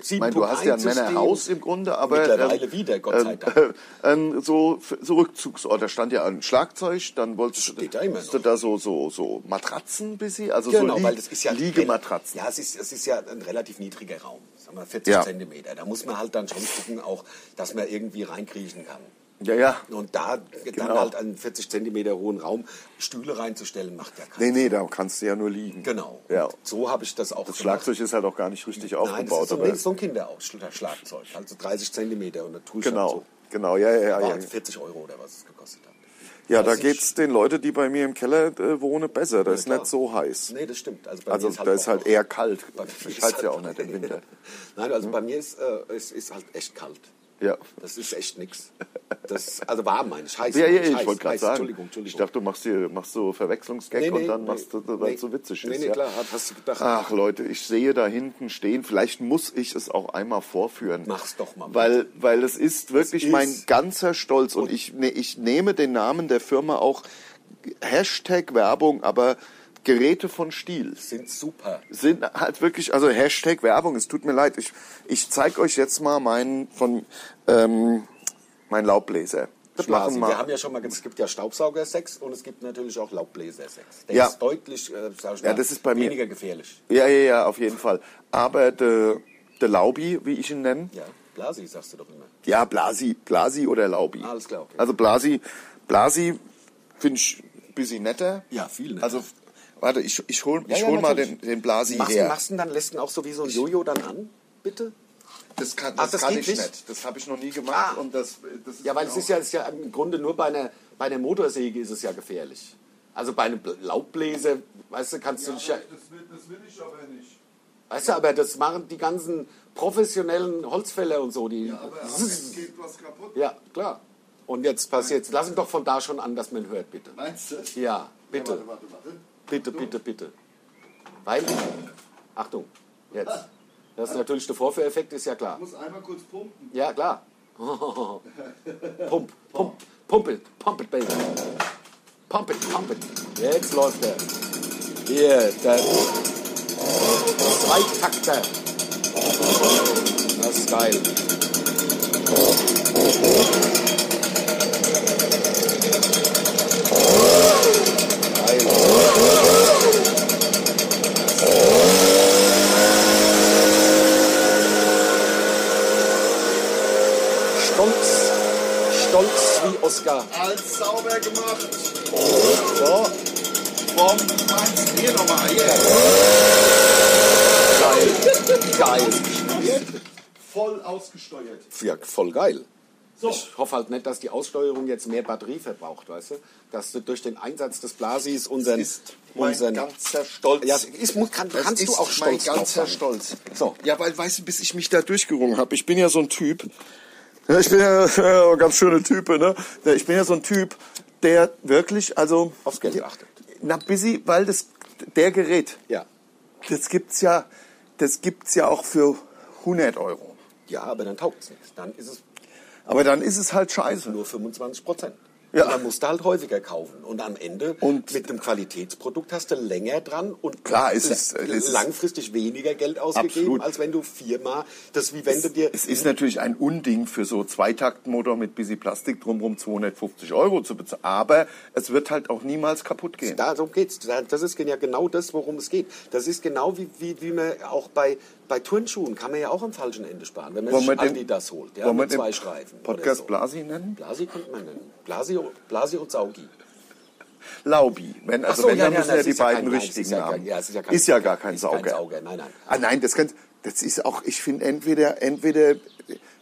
Speaker 2: ich meine, du hast ja ein
Speaker 3: 7.1
Speaker 2: Männerhaus
Speaker 3: System.
Speaker 2: im Grunde, aber
Speaker 3: Mittlerweile wieder, Gott sei Dank.
Speaker 2: [laughs] ähm, so, so Rückzugsort. Da stand ja ein Schlagzeug, dann wolltest du,
Speaker 3: Steht da immer
Speaker 2: hast du
Speaker 3: noch.
Speaker 2: da so so so Matratzen bisschen, also
Speaker 3: Genau,
Speaker 2: so Lie-
Speaker 3: weil das ist ja
Speaker 2: Liegematratzen.
Speaker 3: Ja, es ist, es ist ja ein relativ niedriger Raum, sagen wir 40
Speaker 2: Ja.
Speaker 3: Zentimeter. Da muss man halt dann schon gucken, auch, dass man irgendwie reinkriechen kann.
Speaker 2: Ja, ja.
Speaker 3: Und da dann
Speaker 2: Genau.
Speaker 3: halt einen 40 Zentimeter hohen Raum Stühle reinzustellen, macht ja keinen.
Speaker 2: Nee, nee, da kannst du ja nur liegen.
Speaker 3: Genau.
Speaker 2: Ja.
Speaker 3: Und so habe ich das auch
Speaker 2: Das
Speaker 3: gemacht.
Speaker 2: Schlagzeug ist halt auch gar nicht richtig
Speaker 3: Nein, das
Speaker 2: aufgebaut.
Speaker 3: ist so,
Speaker 2: aber
Speaker 3: nee, das ist so ein Kinderschlagzeug, also 30 Zentimeter und eine Toolshop.
Speaker 2: genau,
Speaker 3: So.
Speaker 2: genau, ja, ja,
Speaker 3: War
Speaker 2: ja. Ja,
Speaker 3: halt 40 Euro oder was es gekostet hat.
Speaker 2: ja da
Speaker 3: Das ist-
Speaker 2: geht's den Leuten, die bei mir im Keller äh, wohnen, besser. Da ist
Speaker 3: klar.
Speaker 2: nicht so heiß.
Speaker 3: Genau. Nee, das stimmt. Also, bei
Speaker 2: Also
Speaker 3: mir
Speaker 2: da ist
Speaker 3: auch
Speaker 2: halt
Speaker 3: noch-
Speaker 2: eher kalt.
Speaker 3: Bei [laughs] mir
Speaker 2: Ich
Speaker 3: ist
Speaker 2: halte ja auch
Speaker 3: halt-
Speaker 2: nicht im Winter.
Speaker 3: [laughs] Nein, also bei mir ist äh, es ist halt echt kalt.
Speaker 2: Ja.
Speaker 3: Das ist echt nix. Das, also warm meine ich, heiß.
Speaker 2: Ja,
Speaker 3: meine
Speaker 2: ja, ich
Speaker 3: heiß,
Speaker 2: wollte gerade
Speaker 3: heiß.
Speaker 2: sagen.
Speaker 3: Entschuldigung,
Speaker 2: Ich
Speaker 3: Entschuldigung.
Speaker 2: dachte, du machst hier machst so Verwechslungsgag und dann machst du, weil es so witzig
Speaker 3: nee,
Speaker 2: ist.
Speaker 3: Nee,
Speaker 2: ja. Ah.
Speaker 3: klar, hat- hast du gedacht.
Speaker 2: Ach Leute, ich sehe da hinten stehen. Vielleicht muss ich es auch einmal vorführen.
Speaker 3: Mach's doch mal.
Speaker 2: Weil, weil es ist wirklich
Speaker 3: Es ist-
Speaker 2: mein ganzer Stolz und ich, ne, ich nehme den Namen der Firma auch Hashtag Werbung, aber Geräte von Stiel
Speaker 3: Sind super.
Speaker 2: sind halt wirklich, also Hashtag Werbung, es tut mir leid. Ich, ich zeige euch jetzt mal meinen von ähm, mein Laubbläser. Ich mache
Speaker 3: Blasen.
Speaker 2: mal-
Speaker 3: Wir haben ja schon mal, ge- es gibt ja Staubsaugersex und es gibt natürlich auch Laubbläsersex. Der
Speaker 2: Ja.
Speaker 3: ist deutlich, äh, sag ich mal,
Speaker 2: Ja, das ist bei mir-
Speaker 3: weniger gefährlich.
Speaker 2: Ja, ja, ja, auf jeden Fall. Aber der de Laubi, wie ich ihn nenne,
Speaker 3: Ja, Blasi sagst du doch immer.
Speaker 2: ja, Blasi, Blasi oder Laubi.
Speaker 3: Alles klar, okay.
Speaker 2: Also Blasi, Blasi finde ich ein bisschen netter.
Speaker 3: Ja, viel netter.
Speaker 2: Also, warte, ich, ich hol,
Speaker 3: Ja,
Speaker 2: ich
Speaker 3: ja,
Speaker 2: hol mal den,
Speaker 3: natürlich.
Speaker 2: den Blasi
Speaker 3: Machst,
Speaker 2: her.
Speaker 3: machst du ihn dann, lässt ihn auch so wie so ein Jojo dann an, bitte?
Speaker 2: Das kann,
Speaker 3: Ach, das geht nicht?
Speaker 2: Das habe ich noch nie gemacht.
Speaker 3: Ah.
Speaker 2: Und das, das
Speaker 3: Ja, weil
Speaker 2: mir
Speaker 3: es ist
Speaker 2: auch-
Speaker 3: ja, es ist ja im Grunde nur bei einer, bei einer Motorsäge ist es ja gefährlich. Also bei einem Bl- Laubbläser, weißt du, kannst du dich ja.
Speaker 2: will, das will ich aber nicht.
Speaker 3: Weißt du, aber das machen die ganzen professionellen Holzfäller und so, die. Zzz.
Speaker 2: geht was kaputt.
Speaker 3: ja klar. Und jetzt passiert's. Lass ihn doch von da schon an, dass man hört, bitte.
Speaker 2: Meinst du?
Speaker 3: Ja, bitte.
Speaker 2: warte, warte.
Speaker 3: Bitte, bitte, bitte. Weil. Achtung,
Speaker 2: [laughs]
Speaker 3: jetzt. Das ist natürlich der Vorführeffekt, ist ja klar.
Speaker 2: muss einmal kurz pumpen.
Speaker 3: Ja, klar. pump, pump, pump it, pump it, baby. Pump it, pump it. Jetzt läuft er. Hier, der Zweitakter. Das ist geil. Geil. Stolz, stolz wie Oscar.
Speaker 2: Alles sauber gemacht.
Speaker 3: So,
Speaker 2: Komm, meinst du hier nochmal? Yeah.
Speaker 3: geil, geil.
Speaker 2: Voll ausgesteuert.
Speaker 3: Ja, voll geil.
Speaker 2: So.
Speaker 3: Ich hoffe halt nicht, dass die Aussteuerung jetzt mehr Batterie verbraucht, weißt du? Dass du durch den Einsatz des Blasis unseren.
Speaker 2: ist mein
Speaker 3: unseren
Speaker 2: ganzer Stolz.
Speaker 3: Ja, ist, muss- kann,
Speaker 2: Das
Speaker 3: kannst
Speaker 2: ist
Speaker 3: du auch stolz
Speaker 2: mein
Speaker 3: drauf
Speaker 2: ganzer
Speaker 3: sein.
Speaker 2: Stolz.
Speaker 3: So.
Speaker 2: Ja, weil, weißt du, bis ich mich da durchgerungen habe, ich bin ja so ein Typ, ja, ich bin ja [laughs] äh, ganz schöne Type, ne? Ja, Ich bin ja so ein Typ, der wirklich, also...
Speaker 3: Aufs Geld achtet.
Speaker 2: Na, busy, weil das, der Gerät,
Speaker 3: Ja.
Speaker 2: das gibt's ja, das gibt's ja auch für 100 Euro.
Speaker 3: ja, aber dann taugt es nicht. Dann ist es
Speaker 2: Aber dann ist es halt scheiße.
Speaker 3: nur 25 Prozent.
Speaker 2: Ja.
Speaker 3: Und dann musst du halt häufiger kaufen. Und am Ende
Speaker 2: Und-
Speaker 3: mit einem Qualitätsprodukt hast du länger dran und
Speaker 2: Klar, es
Speaker 3: la-
Speaker 2: ist- es ist-
Speaker 3: langfristig weniger Geld ausgegeben,
Speaker 2: Absolut.
Speaker 3: als wenn du viermal, das ist wie wenn du dir
Speaker 2: Es ist natürlich ein Unding für so Zweitaktmotor mit bisschen Plastik drumherum 250 Euro zu bezahlen. Aber es wird halt auch niemals kaputt gehen.
Speaker 3: Darum geht's. Da- Das ist ja genau das, worum es geht. Das ist genau wie, wie, wie man auch bei, bei Turnschuhen kann man ja auch am falschen Ende sparen, wenn man
Speaker 2: Wollen
Speaker 3: sich
Speaker 2: wir den-
Speaker 3: Adidas holt, ja,
Speaker 2: wollen wir
Speaker 3: mit
Speaker 2: den
Speaker 3: zwei Streifen.
Speaker 2: Podcast
Speaker 3: oder
Speaker 2: Blasi nennen?
Speaker 3: Blasi könnte man nennen. Blasi, Blasi und Saugi.
Speaker 2: Laubi. Wenn, also
Speaker 3: so,
Speaker 2: wenn,
Speaker 3: ja,
Speaker 2: dann
Speaker 3: ja,
Speaker 2: müssen
Speaker 3: das
Speaker 2: ja die
Speaker 3: ist ja
Speaker 2: beiden
Speaker 3: kein- nein, das
Speaker 2: richtigen
Speaker 3: ist ja kein-
Speaker 2: Namen.
Speaker 3: ja, es ist ja kein-
Speaker 2: ist ja gar kein
Speaker 3: ist kein
Speaker 2: Sauger.
Speaker 3: Sauger, nein, nein.
Speaker 2: Ah, nein, das, kann, das ist auch, ich finde, entweder, entweder,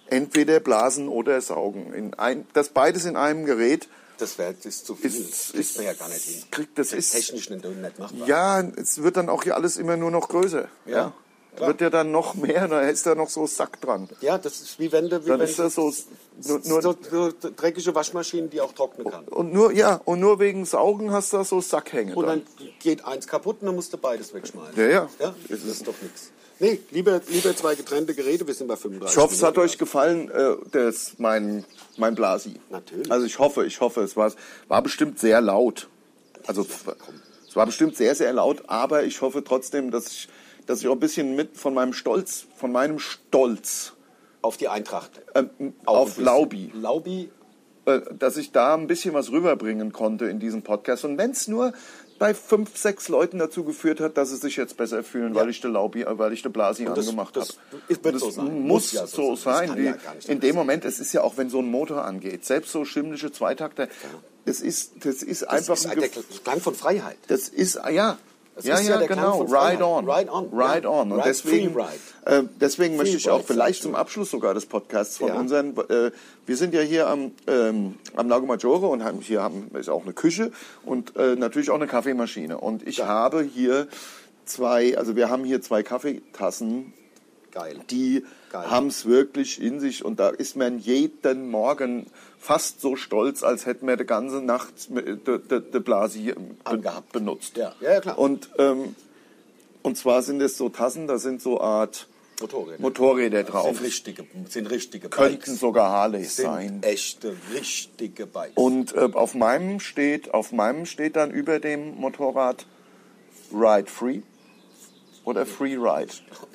Speaker 2: entweder blasen oder saugen. In ein, das beides in einem Gerät.
Speaker 3: Das wäre das ist zu viel.
Speaker 2: Ist-
Speaker 3: das kriegt man ja
Speaker 2: ist-
Speaker 3: gar nicht hin.
Speaker 2: kriegt- das ist-
Speaker 3: technisch nicht, nicht machbar.
Speaker 2: Ja, es wird dann auch hier alles immer nur noch größer.
Speaker 3: Ja,
Speaker 2: Ja.
Speaker 3: klar.
Speaker 2: Wird ja dann noch mehr, da ist da noch so Sack dran.
Speaker 3: Ja, das ist wie wenn du, wie
Speaker 2: Dann
Speaker 3: wenn
Speaker 2: ist das so nur, nur Oh,
Speaker 3: so, so dreckige Waschmaschinen, die auch trocknen kann.
Speaker 2: und nur ja und nur wegen Saugen hast du da so Sackhänge.
Speaker 3: Und
Speaker 2: dran.
Speaker 3: dann geht eins kaputt und dann musst du beides wegschmeißen.
Speaker 2: oh, Ja, ja.
Speaker 3: das ist doch nichts. Nee, lieber, lieber zwei getrennte Geräte, wir sind bei 35.
Speaker 2: Ich hoffe, es hat
Speaker 3: Minuten.
Speaker 2: euch gefallen, äh, das mein mein Blasi.
Speaker 3: Natürlich.
Speaker 2: Also ich hoffe, ich hoffe, es war war bestimmt sehr laut. Also f- es war bestimmt sehr sehr laut, aber ich hoffe trotzdem, dass ich dass ich auch ein bisschen mit von meinem Stolz, von meinem Stolz
Speaker 3: Auf die Eintracht.
Speaker 2: ähm,
Speaker 3: Auch
Speaker 2: auf
Speaker 3: ein bisschen.
Speaker 2: Laubi,
Speaker 3: Laubi,
Speaker 2: äh, dass ich da ein bisschen was rüberbringen konnte in diesem Podcast. Und wenn es nur bei fünf, sechs Leuten dazu geführt hat, dass sie sich jetzt besser fühlen, weil ich de Laubi, äh, weil ich de Blasi
Speaker 3: das-
Speaker 2: angemacht habe.
Speaker 3: das wird so sein.
Speaker 2: muss ja so sein.
Speaker 3: Das kann
Speaker 2: Die,
Speaker 3: ja gar nicht
Speaker 2: in
Speaker 3: anders
Speaker 2: dem Moment, es ist ja auch, wenn so ein Motor angeht, selbst so schimmlische Zweitakter, das ist, das ist
Speaker 3: Genau. das
Speaker 2: einfach
Speaker 3: ist
Speaker 2: ein
Speaker 3: ein, der
Speaker 2: Gef-
Speaker 3: Klang von Freiheit.
Speaker 2: das ist, ah, ja.
Speaker 3: Das
Speaker 2: ja,
Speaker 3: ist ja
Speaker 2: ja,
Speaker 3: der Klang
Speaker 2: genau.
Speaker 3: von Freiheit.
Speaker 2: Ride on.
Speaker 3: Ride on,
Speaker 2: Ride
Speaker 3: ja.
Speaker 2: on. Und
Speaker 3: Ride,
Speaker 2: deswegen,
Speaker 3: free
Speaker 2: Äh,
Speaker 3: ride.
Speaker 2: deswegen möchte ich auch
Speaker 3: ride,
Speaker 2: vielleicht
Speaker 3: sagst du.
Speaker 2: zum Abschluss sogar des Podcasts von
Speaker 3: Ja.
Speaker 2: unseren. Äh, wir sind ja hier am, ähm, am Lago Maggiore und haben, hier haben, ist auch eine Küche und äh, natürlich auch eine Kaffeemaschine. Und ich habe hier zwei, also wir haben hier zwei Kaffeetassen
Speaker 3: Geil.
Speaker 2: die
Speaker 3: Geil.
Speaker 2: haben es wirklich in sich und da ist man jeden Morgen fast so stolz, als hätten wir die ganze Nacht de, de, de Blasi ähm, be,
Speaker 3: Angehabt.
Speaker 2: benutzt.
Speaker 3: Ja. Ja, ja, klar.
Speaker 2: Und, ähm, und zwar sind es so Tassen, da sind so Art
Speaker 3: Motorräder.
Speaker 2: Motorräder drauf.
Speaker 3: Sind richtige, sind richtige
Speaker 2: Könnten
Speaker 3: Bikes.
Speaker 2: sogar Harleys
Speaker 3: sind
Speaker 2: sein.
Speaker 3: echte, richtige Bikes.
Speaker 2: Und äh, auf meinem steht, auf meinem steht dann über dem Motorrad Ride Free oder Free Ride.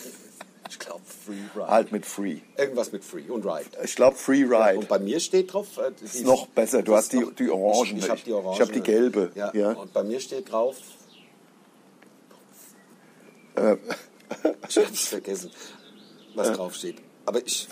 Speaker 3: [laughs] ich glaube, Free Ride.
Speaker 2: Halt mit Free.
Speaker 3: Irgendwas mit Free und Ride.
Speaker 2: Ich glaube Free Ride.
Speaker 3: Und bei mir steht drauf. äh, die
Speaker 2: Ist noch besser. Du
Speaker 3: das
Speaker 2: hast
Speaker 3: ist
Speaker 2: die-
Speaker 3: noch-
Speaker 2: die Orangen.
Speaker 3: Ich, ich habe
Speaker 2: Ich-
Speaker 3: die Orangen.
Speaker 2: ich hab die gelbe.
Speaker 3: Ja.
Speaker 2: Ja.
Speaker 3: Und bei mir steht drauf.
Speaker 2: Äh.
Speaker 3: Ich hab's vergessen, was drauf steht. Aber ich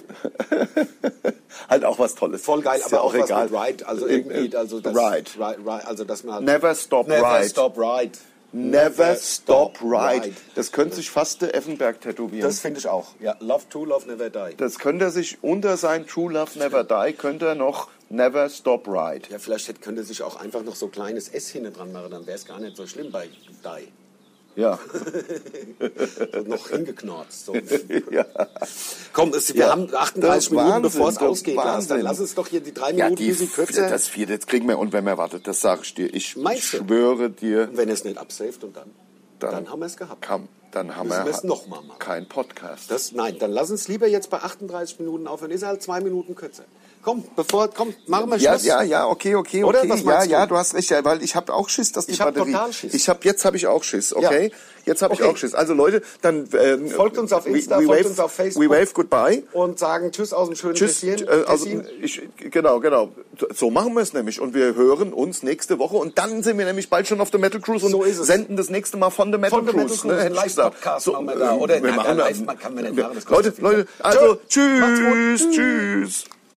Speaker 2: halt auch was Tolles.
Speaker 3: voll geil,
Speaker 2: Ist
Speaker 3: aber
Speaker 2: ja
Speaker 3: auch, was
Speaker 2: egal.
Speaker 3: mit Ride, also
Speaker 2: Äh,
Speaker 3: irgendwie,
Speaker 2: äh,
Speaker 3: also das,
Speaker 2: Ride.
Speaker 3: Ride, Ride, also dass man halt
Speaker 2: Never stop
Speaker 3: Never
Speaker 2: Ride.
Speaker 3: Stop Ride,
Speaker 2: Never stop ride.
Speaker 3: Ride.
Speaker 2: Das könnte sich fast der Effenberg tätowieren.
Speaker 3: Das
Speaker 2: Das,
Speaker 3: finde ich auch. Ja, love to love never die.
Speaker 2: könnte er sich unter sein True Love Never Die, könnte er noch Never Stop Ride.
Speaker 3: Ja, vielleicht hätte, könnte sich auch einfach noch so kleines S hinten dran machen, dann wäre es gar nicht so schlimm bei die.
Speaker 2: Ja. [laughs]
Speaker 3: noch hingeknorzt. So.
Speaker 2: ja.
Speaker 3: Komm, es, wir
Speaker 2: Ja.
Speaker 3: haben 38
Speaker 2: Das
Speaker 3: Minuten,
Speaker 2: Wahnsinn,
Speaker 3: bevor es
Speaker 2: das
Speaker 3: losgeht. Lars. Dann
Speaker 2: Wahnsinn.
Speaker 3: lass uns doch hier die drei Minuten, die, sie kürzer.
Speaker 2: das vierte, das kriegen wir. Und wenn wir wartet, das sage ich dir. Ich
Speaker 3: Meinst du?
Speaker 2: schwöre dir,
Speaker 3: und wenn er es nicht absaved und dann, dann, haben wir es gehabt.
Speaker 2: Kam, dann haben
Speaker 3: Müssen
Speaker 2: wir,
Speaker 3: wir es noch mal machen.
Speaker 2: kein Podcast.
Speaker 3: Das, nein, dann lass uns lieber jetzt bei 38 Minuten aufhören. Ist halt zwei Minuten kürzer. Komm, bevor, komm, machen wir
Speaker 2: Ja,
Speaker 3: Schluss.
Speaker 2: ja, ja, okay, okay,
Speaker 3: Oder?
Speaker 2: okay.
Speaker 3: Was
Speaker 2: ja,
Speaker 3: meinst du?
Speaker 2: ja, du hast recht, ja, weil ich habe auch Schiss, dass die
Speaker 3: Ich hab
Speaker 2: Batterie.
Speaker 3: total Schiss.
Speaker 2: Ich habe jetzt habe ich auch Schiss, okay?
Speaker 3: Ja.
Speaker 2: Jetzt habe ich
Speaker 3: Okay.
Speaker 2: auch Schiss. Also Leute, dann ähm,
Speaker 3: Folgt uns auf Insta, folgt
Speaker 2: wave,
Speaker 3: uns auf Facebook.
Speaker 2: We wave goodbye.
Speaker 3: Und sagen Tschüss aus dem schönen
Speaker 2: Tschüss.
Speaker 3: Tessin.
Speaker 2: Äh, also
Speaker 3: Tessin.
Speaker 2: ich, genau, genau. So machen wir es nämlich und wir hören uns nächste Woche und dann sind wir nämlich bald schon auf der Metal Cruise und
Speaker 3: So ist es.
Speaker 2: senden das nächste Mal von der Metal
Speaker 3: Von der Metal
Speaker 2: Cruise. ne?
Speaker 3: Cruise,
Speaker 2: hätte ich
Speaker 3: einen
Speaker 2: gesagt. äh,
Speaker 3: Live-Podcast machen wir da, oder?
Speaker 2: wir
Speaker 3: Nein,
Speaker 2: machen
Speaker 3: live kann man nicht machen, das
Speaker 2: Leute,
Speaker 3: kostet viel
Speaker 2: Leute,
Speaker 3: Geld.
Speaker 2: also
Speaker 3: Tschö. Macht's gut.
Speaker 2: tschüss, tschüss.